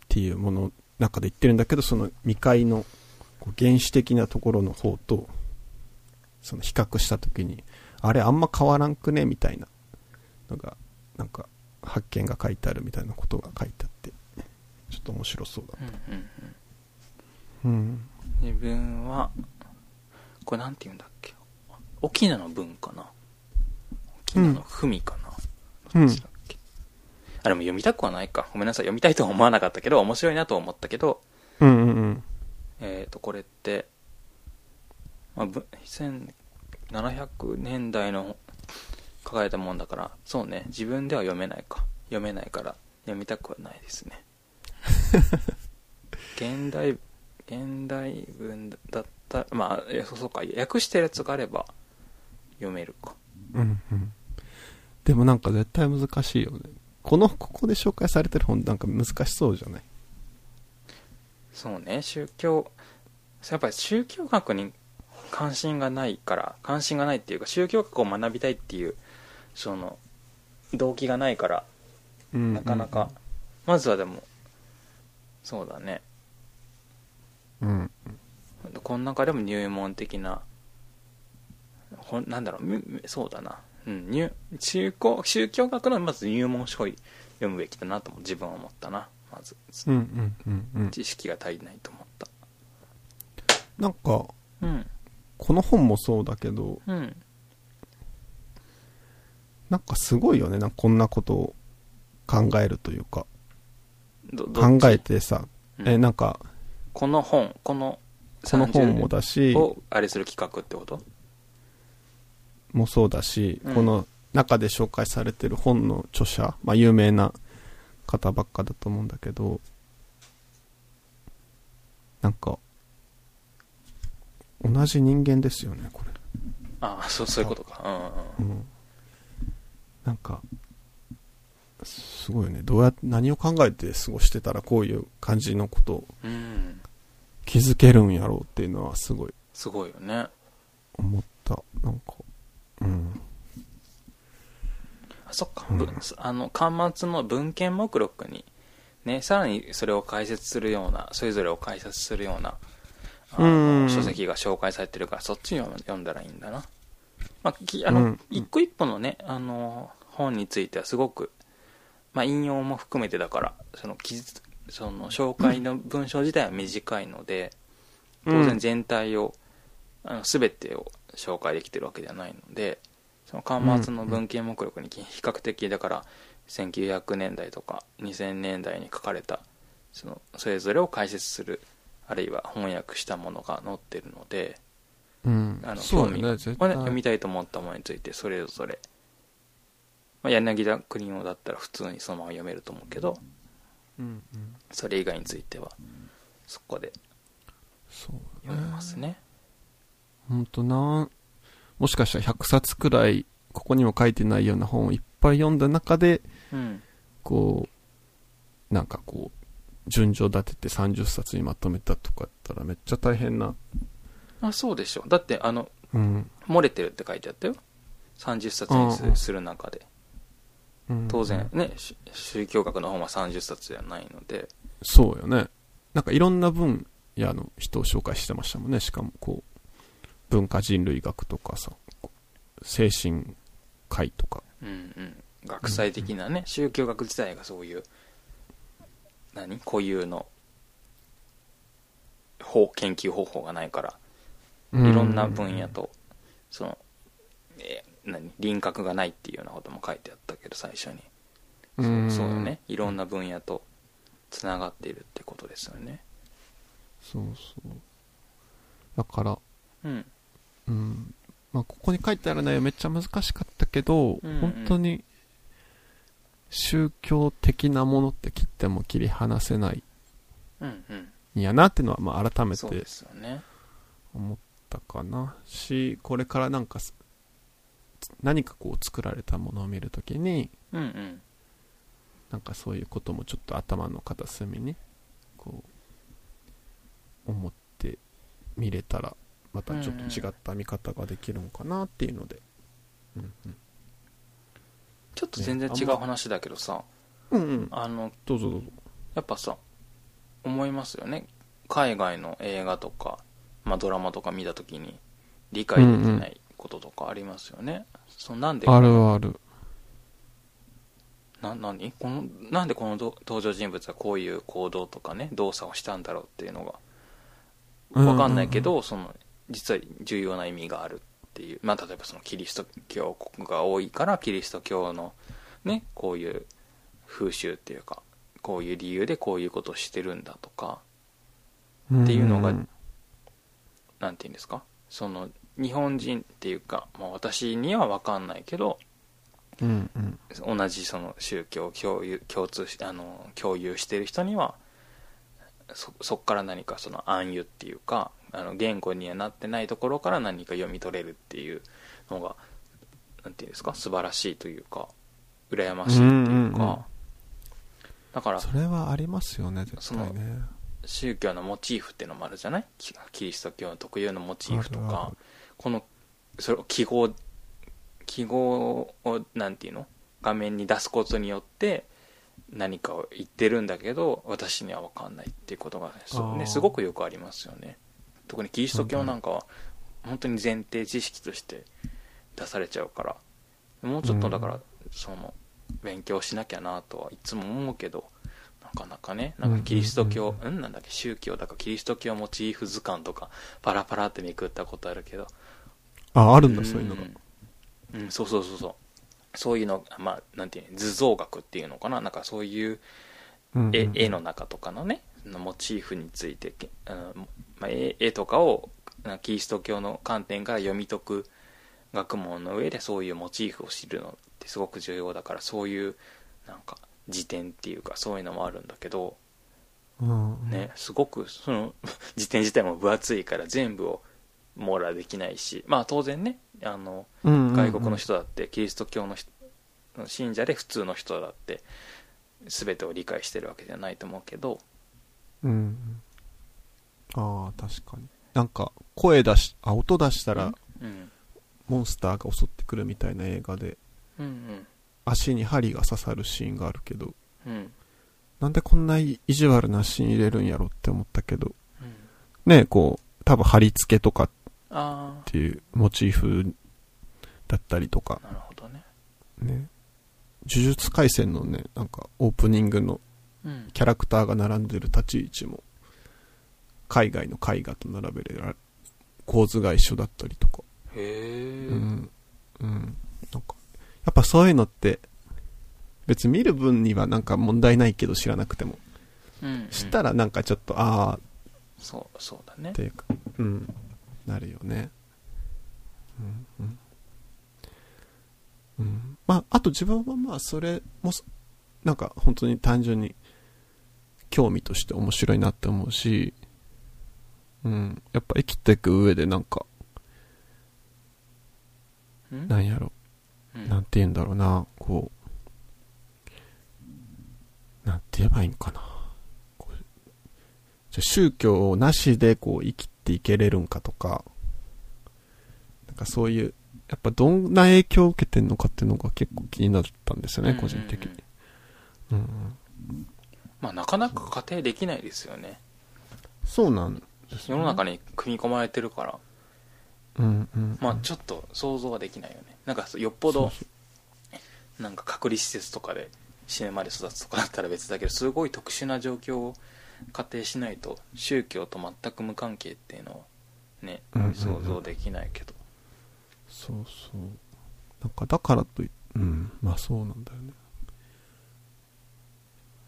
S2: ていうものの中で言ってるんだけどその未開のこう原始的なところの方とその比較した時にあれあんま変わらんくねみたいなのがなんか発見が書いてあるみたいなことが書いてあってちょっと面白そうだ
S1: うんうんうん
S2: うん
S1: 自分はこれなんて言うんだっけ沖縄の文かな沖縄の文かな、
S2: うん
S1: どっちだっけあれも読みたくはないかごめんなさい読みたいとは思わなかったけど面白いなと思ったけど
S2: うんうんうん
S1: えっ、と、これって、まあ、ぶ1700年代の書かれたもんだから、そうね、自分では読めないか。読めないから、読みたくはないですね。現代、現代文だったら、まあ、えそうそうか、訳してるやつがあれば、読めるか。
S2: うんうんでもなんか絶対難しいよね。この、ここで紹介されてる本なんか難しそうじゃない
S1: そうね、宗教、やっぱり宗教学に関心がないから、関心がないっていうか、宗教学を学びたいっていう、その、動機がないから、
S2: うん
S1: なかなか、まずはでも、そうだね
S2: うん。
S1: この中でも入門的なほんなんだろうむむそうだな、うん、入宗教宗教学のまず入門書を読むべきだなとも自分は思ったなまず
S2: うんうんうんうん。
S1: 知識が足りないと思った
S2: なんか、
S1: うん
S2: この本もそうだけど、
S1: うん
S2: なんかすごいよね。なんかこんなことを考えるというか、
S1: どど
S2: 考
S1: っち
S2: えてさ、
S1: うん
S2: え、なんか、
S1: この本この
S2: この本も
S1: 30
S2: だし、
S1: をあれする企画ってこと
S2: もそうだし、
S1: うん
S2: この中で紹介されてる本の著者、まあ有名な方ばっかだと思うんだけど、なんか、同じ人間ですよね、これ。
S1: ああそうそういうことかうん
S2: うん、なんかすごいよねどうや何を考えて過ごしてたらこういう感じのことを
S1: うんうん
S2: 気づけるんやろうっていうのはすごい
S1: すごいよね
S2: 思ったなんかうん
S1: あそっか、
S2: うん
S1: ぶあの端末の文献目録に、ね、さらにそれを解説するようなそれぞれを解説するようなあの
S2: うん
S1: 書籍が紹介されてるからそっち読む読んだらいいんだな、まあ、きあの、
S2: うん
S1: 一個一個のねあの本についてはすごく、まあ、引用も含めてだからその記述その紹介の文章自体は短いので、当然全体を、あの全てを紹介できてるわけではないのでその端末の文献目録に比較的だから1900年代とか2000年代に書かれたそのそれぞれを解説するあるいは翻訳したものが載ってるので
S2: うん
S1: あの
S2: そうよ
S1: 興
S2: ね
S1: 味
S2: 絶
S1: まあ
S2: 対
S1: ね読みたいと思ったものについてそれぞれ、まあ、柳田国男だったら普通にそのまま読めると思うけど
S2: うんうん
S1: それ以外についてはそこで
S2: そうよ
S1: 読
S2: ね
S1: めますね。
S2: ほんとなんもしかしたら100冊くらいここにも書いてないような本をいっぱい読んだ中で
S1: うん
S2: こうなんかこう順序立てて30冊にまとめたとかやったらめっちゃ大変な
S1: あそうでしょだってあの
S2: うん
S1: 漏れてるって書いてあったよ30冊にす
S2: うんうん
S1: する中で当然ね、し宗教学の本は30冊じゃないので
S2: そうよね。なんかいろんな分野の人を紹介してましたもんね。しかもこう、文化人類学とかさ、こう精神科医とか。
S1: うんうん学際的なね、宗教学自体がそういう何固有の方研究方法がないからいろんな分野。とその、えー何輪郭がないっていうようなことも書いてあったけど最初に
S2: ん
S1: そうよね。いろんな分野とつながっているってことですよね
S2: そうそう。だから、
S1: うん
S2: うん。まあ、ここに書いてある内容めっちゃ難しかったけど、
S1: うんうん
S2: 本当に、宗教的なものって切っても切り離せない
S1: うんうん
S2: んやなっていうのは、まあ、改め
S1: そう
S2: て
S1: ですよね
S2: 思ったかなしこれからなんかす何かこう作られたものを見るときに
S1: うんうん
S2: なんかそういうこともちょっと頭の片隅にこう思って見れたらまたちょっと違った見方ができるのかなっていうのでうん
S1: ちょっと全然違う話だけどさ、
S2: うんうんうん
S1: あの
S2: どうぞどうぞ
S1: やっぱさ思いますよね海外の映画とか、まあ、ドラマとか見た時に理解できないこととかありますよね、そのなんで
S2: あるある
S1: な何このなんでこのど登場人物はこういう行動とかね動作をしたんだろうっていうのが分かんないけど、その実は重要な意味があるっていう、まあ、例えばそのキリスト教国が多いからキリスト教の、ね、こういう風習っていうかこういう理由でこういうことをしてるんだとかっていうのが
S2: んん
S1: なんて言うんですかその日本人っていうか、まあ、私には分かんないけど
S2: うんうん
S1: 同じその宗教を共有共通しあの共有してる人にはそそっから何かその暗喩っていうかあの言語にはなってないところから何か読み取れるっていうのがなんていうんですか素晴らしいというか羨ましいっていうか、
S2: うんうんうん
S1: だから
S2: それはありますよね絶対ね
S1: 宗教のモチーフっていうのもあるじゃないキキリスト教の特有のモチーフと
S2: あるあ
S1: か
S2: る
S1: このそれを記号記号をなんていうの画面に出すことによって何かを言ってるんだけど私には分かんないっていうことがそう、
S2: あー
S1: ね、すごくよくありますよね特にキリスト教なんかは本当に前提知識として出されちゃうからもうちょっとだから、
S2: うん
S1: その勉強しなきゃなとはいつも思うけどなかなかねなんかキリスト教、
S2: うん
S1: うんなんだっけ宗教だかキリスト教モチーフ図鑑とかパラパラってめくったことあるけど
S2: あ、あるんだ、そういうのが。
S1: うん、うんそうそうそうそうそういうのまあなんていうの図像学っていうのかななんかそういう
S2: うんうん
S1: 絵,、絵の中とかのねのモチーフについて、けあのまあ、絵絵とかをなキリスト教の観点から読み解く学問の上でそういうモチーフを知るのってすごく重要だからそういうなんか辞典っていうかそういうのもあるんだけど、
S2: うんうん
S1: ね、すごくその 辞典自体も分厚いから全部を網羅できないしまあ当然ねあの
S2: うん
S1: 外国の人だってキリスト教の人信者で普通の人だって全てを理解してるわけじゃないと思うけど、
S2: うんうんああ確かになんか声出しあ音出したら
S1: うん、
S2: モンスターが襲ってくるみたいな映画で
S1: うん
S2: 足に針が刺さるシーンがあるけど
S1: うんうん
S2: なんでこんな意地悪なシーン入れるんやろって思ったけど
S1: うん
S2: ねえこう多分貼り付けとかっ
S1: あ
S2: ていうモチーフだったりとか
S1: あなるほどね
S2: ね呪術廻戦のねなんかオープニングの
S1: うん
S2: キャラクターが並んでる立ち位置も海外の絵画と並べられ構図が一緒だったりとか
S1: へえ
S2: うん。うん。なんか、やっぱそういうのって、別に見る分にはなんか問題ないけど知らなくても。
S1: うん
S2: 知った
S1: ら
S2: らなんかちょっと、ああっ
S1: そうそうだね
S2: ていうか、うん。なるよね。うん、うん。うん。まあ、あと自分はまあ、それもそ、なんか本当に単純に、興味として面白いなって思うし、うん。やっぱ生きていく上でなんか、
S1: うん
S2: なんやろ。
S1: うん
S2: なんて言うんだろうな、こう、なんて言えばいいんかな。こうじゃあ宗教なしでこう生きていけれるんかとか、なんかそういう、やっぱどんな影響を受けてんのかっていうのが結構気になったんですよね、
S1: うんうんうん
S2: 個人的に。うんうん、
S1: まあなかなか仮定できないですよね
S2: そうなんです
S1: 世の中に組み込まれてるから
S2: うんうん、
S1: まあちょっと想像はできないよねなんかそうよっぽどなんか隔離施設とかで死ぬまで育つとかだったら別だけどすごい特殊な状況を仮定しないと宗教と全く無関係っていうのはね
S2: うんうんうん
S1: 想像できないけど
S2: そうそう。なんかだからというん、まあそうなんだよね。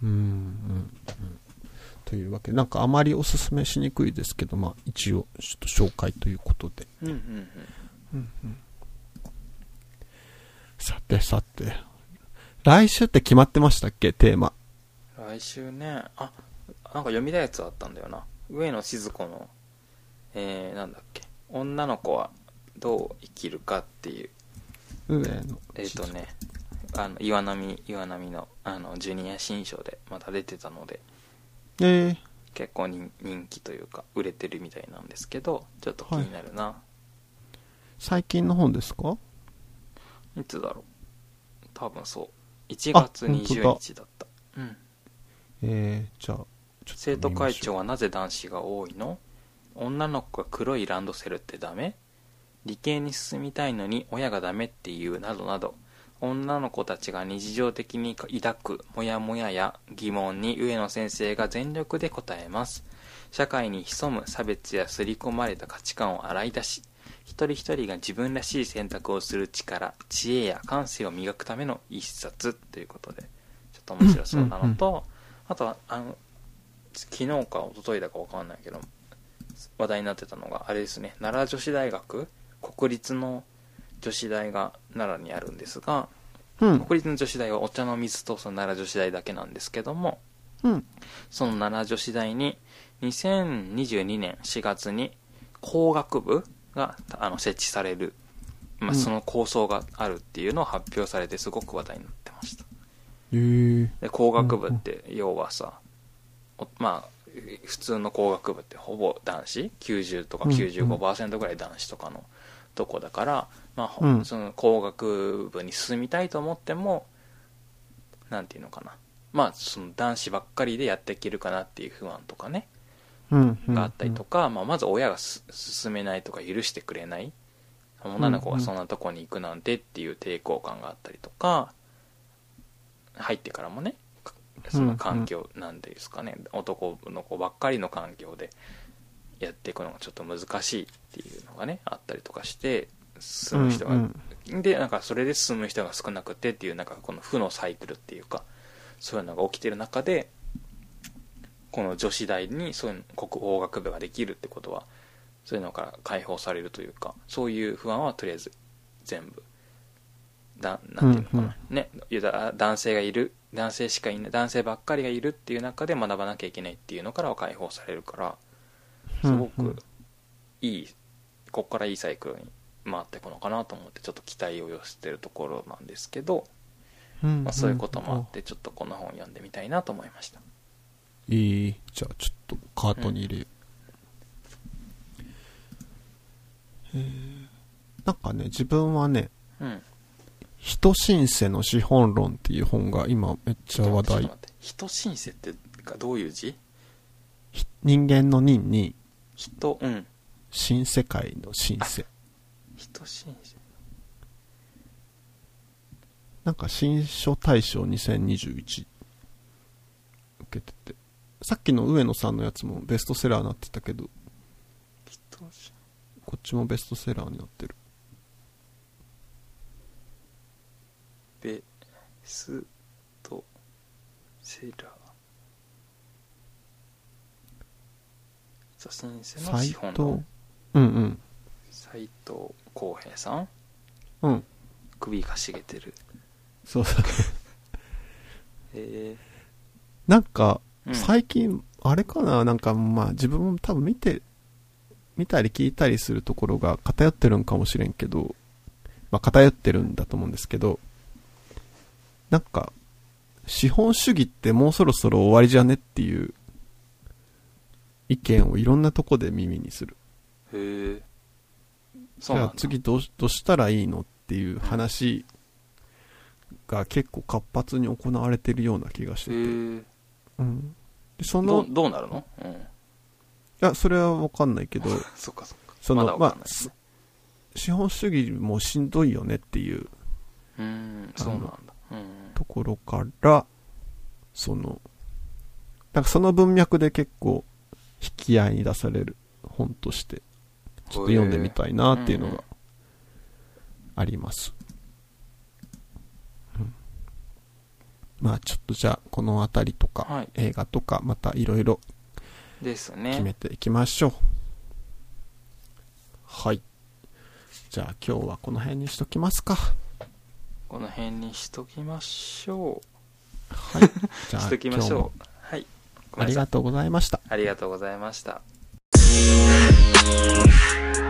S2: うん、うん、うん。というわけで、なんかあまりおすすめしにくいですけど、まあ一応、ちょっと紹介ということで。
S1: うんうんうん
S2: うん、うん。さてさて。来週って決まってましたっけテーマ。
S1: 来週ねあなんか読みたいやつあったんだよな上野静子のえー、なんだっけ女の子はどう生きるかっていう
S2: 上の。
S1: えっ、と。ねあの岩波岩波のあのジュニア新書でまた出てたので
S2: えー、
S1: 結構人人気というか売れてるみたいなんですけどちょっと気になるな、
S2: 最近の本ですか
S1: い、つだろう多分そう1
S2: あ
S1: 月20
S2: 本
S1: 日だったうん
S2: えー、じゃあ、ちょっと見ましょう
S1: 生徒会長はなぜ男子が多いの女の子が黒いランドセルってダメ理系に進みたいのに親がダメっていうなどなど女の子たちが日常的に抱くモヤモヤや疑問に上野先生が全力で答えます社会に潜む差別や刷り込まれた価値観を洗い出し一人一人が自分らしい選択をする力知恵や感性を磨くための一冊ということでちょっと面白そうなのと、あとはあの昨日か一昨日だか分かんないけど話題になってたのがあれですね奈良女子大学国立の女子大が奈良にあるんですが
S2: うん。
S1: 国立の女子大はお茶の水とその奈良女子大だけなんですけども
S2: うん。
S1: その奈良女子大に2022年4月に工学部があの設置される、まあ、
S2: うん
S1: その構想があるっていうのを発表されてすごく話題になってました
S2: えー、
S1: で工学部って要はさ、おまあえ普通の工学部ってほぼ男子90とか
S2: うんうん
S1: 95%ぐらい男子とかのとこだから、まあほ
S2: うん
S1: その工学部に進みたいと思ってもなんていうのかなまあその男子ばっかりでやっていけるかなっていう不安とかね
S2: うん
S1: があったりとか、まあ、まず親がす進めないとか許してくれない女の子がそんなとこに行くなんてっていう抵抗感があったりとか入ってからもねかその環境なんていうんですかね男の子ばっかりの環境でやっていくのがちょっと難しいっていうのがねあったりとかして進む人が、
S2: うん
S1: でなんかそれで進む人が少なくてっていうなんかこの負のサイクルっていうかそういうのが起きてる中でこの女子大にそういうの国法学部ができるってことはそういうのから解放されるというかそういう不安はとりあえず全部だなんていうのかな、ねいやだ男性がいる男性しかいない男性ばっかりがいるっていう中で学ばなきゃいけないっていうのからは解放されるからすご
S2: うんう
S1: く
S2: ん
S1: いい、こっからいいサイクルに回っていくのかなと思ってちょっと期待を寄せてるところなんですけど、
S2: うん
S1: まあ、そういうこともあってちょっとこの本読んでみたいなと思いました、
S2: いいじゃあちょっとカートに入れよう、えーなんかね自分はね
S1: うん、
S2: 「人申請の資本論」っていう本が今めっちゃ
S1: ち
S2: 話
S1: ょっと
S2: 題
S1: 待って人申請ってどういう字
S2: ひ人間の任に
S1: 人うん
S2: 新世界の新世
S1: 人申請
S2: なんか新書大賞2021受けててさっきの上野さんのやつもベストセラーになってたけど
S1: 人申
S2: こっちもベストセラーになってる
S1: ベストセラー人申請の
S2: 斎
S1: 資
S2: 藤
S1: 本
S2: う
S1: の
S2: んうん
S1: 斎藤浩平さん
S2: うん
S1: 首かしげてる
S2: そうそう
S1: え
S2: なんか
S1: ーうん
S2: 最近、あれかななんか、まあ自分も多分見て、見たり聞いたりするところが偏ってるんかもしれんけど、まあ偏ってるんだと思うんですけど、なんか、資本主義ってもうそろそろ終わりじゃねっていう意見をいろんなとこで耳にする。
S1: へえ
S2: じ
S1: そう
S2: ゃ
S1: なん
S2: あ
S1: だ
S2: 次どうしどうしたらいいのっていう話が結構活発に行われてるような気がして
S1: へ
S2: て。
S1: え
S2: うん、でそ
S1: ど
S2: の、い
S1: どうなるのうん
S2: や、それはわかんない けど、
S1: そっかそっか
S2: その
S1: まだわかんない
S2: す資本主義もしんどいよねっていう
S1: うーんそうなんだうん
S2: ところから、その、なんかその文脈で結構引き合いに出される本として、ちょっと読んでみたいなっていうの
S1: へーうんう
S2: が
S1: ん
S2: あります。うんまあちょっとじゃあこの辺りとか、
S1: はい
S2: 映画とかまたいろいろ
S1: です
S2: 決め
S1: ね
S2: ていきましょう。はい。じゃあ今日はこの辺にしときますか。
S1: この辺にしときましょ
S2: はい。じ
S1: う
S2: ゃあ
S1: しときましょうはいご
S2: 今日もあ
S1: めんなさ
S2: り
S1: い
S2: がとうございました。
S1: ありがとうございました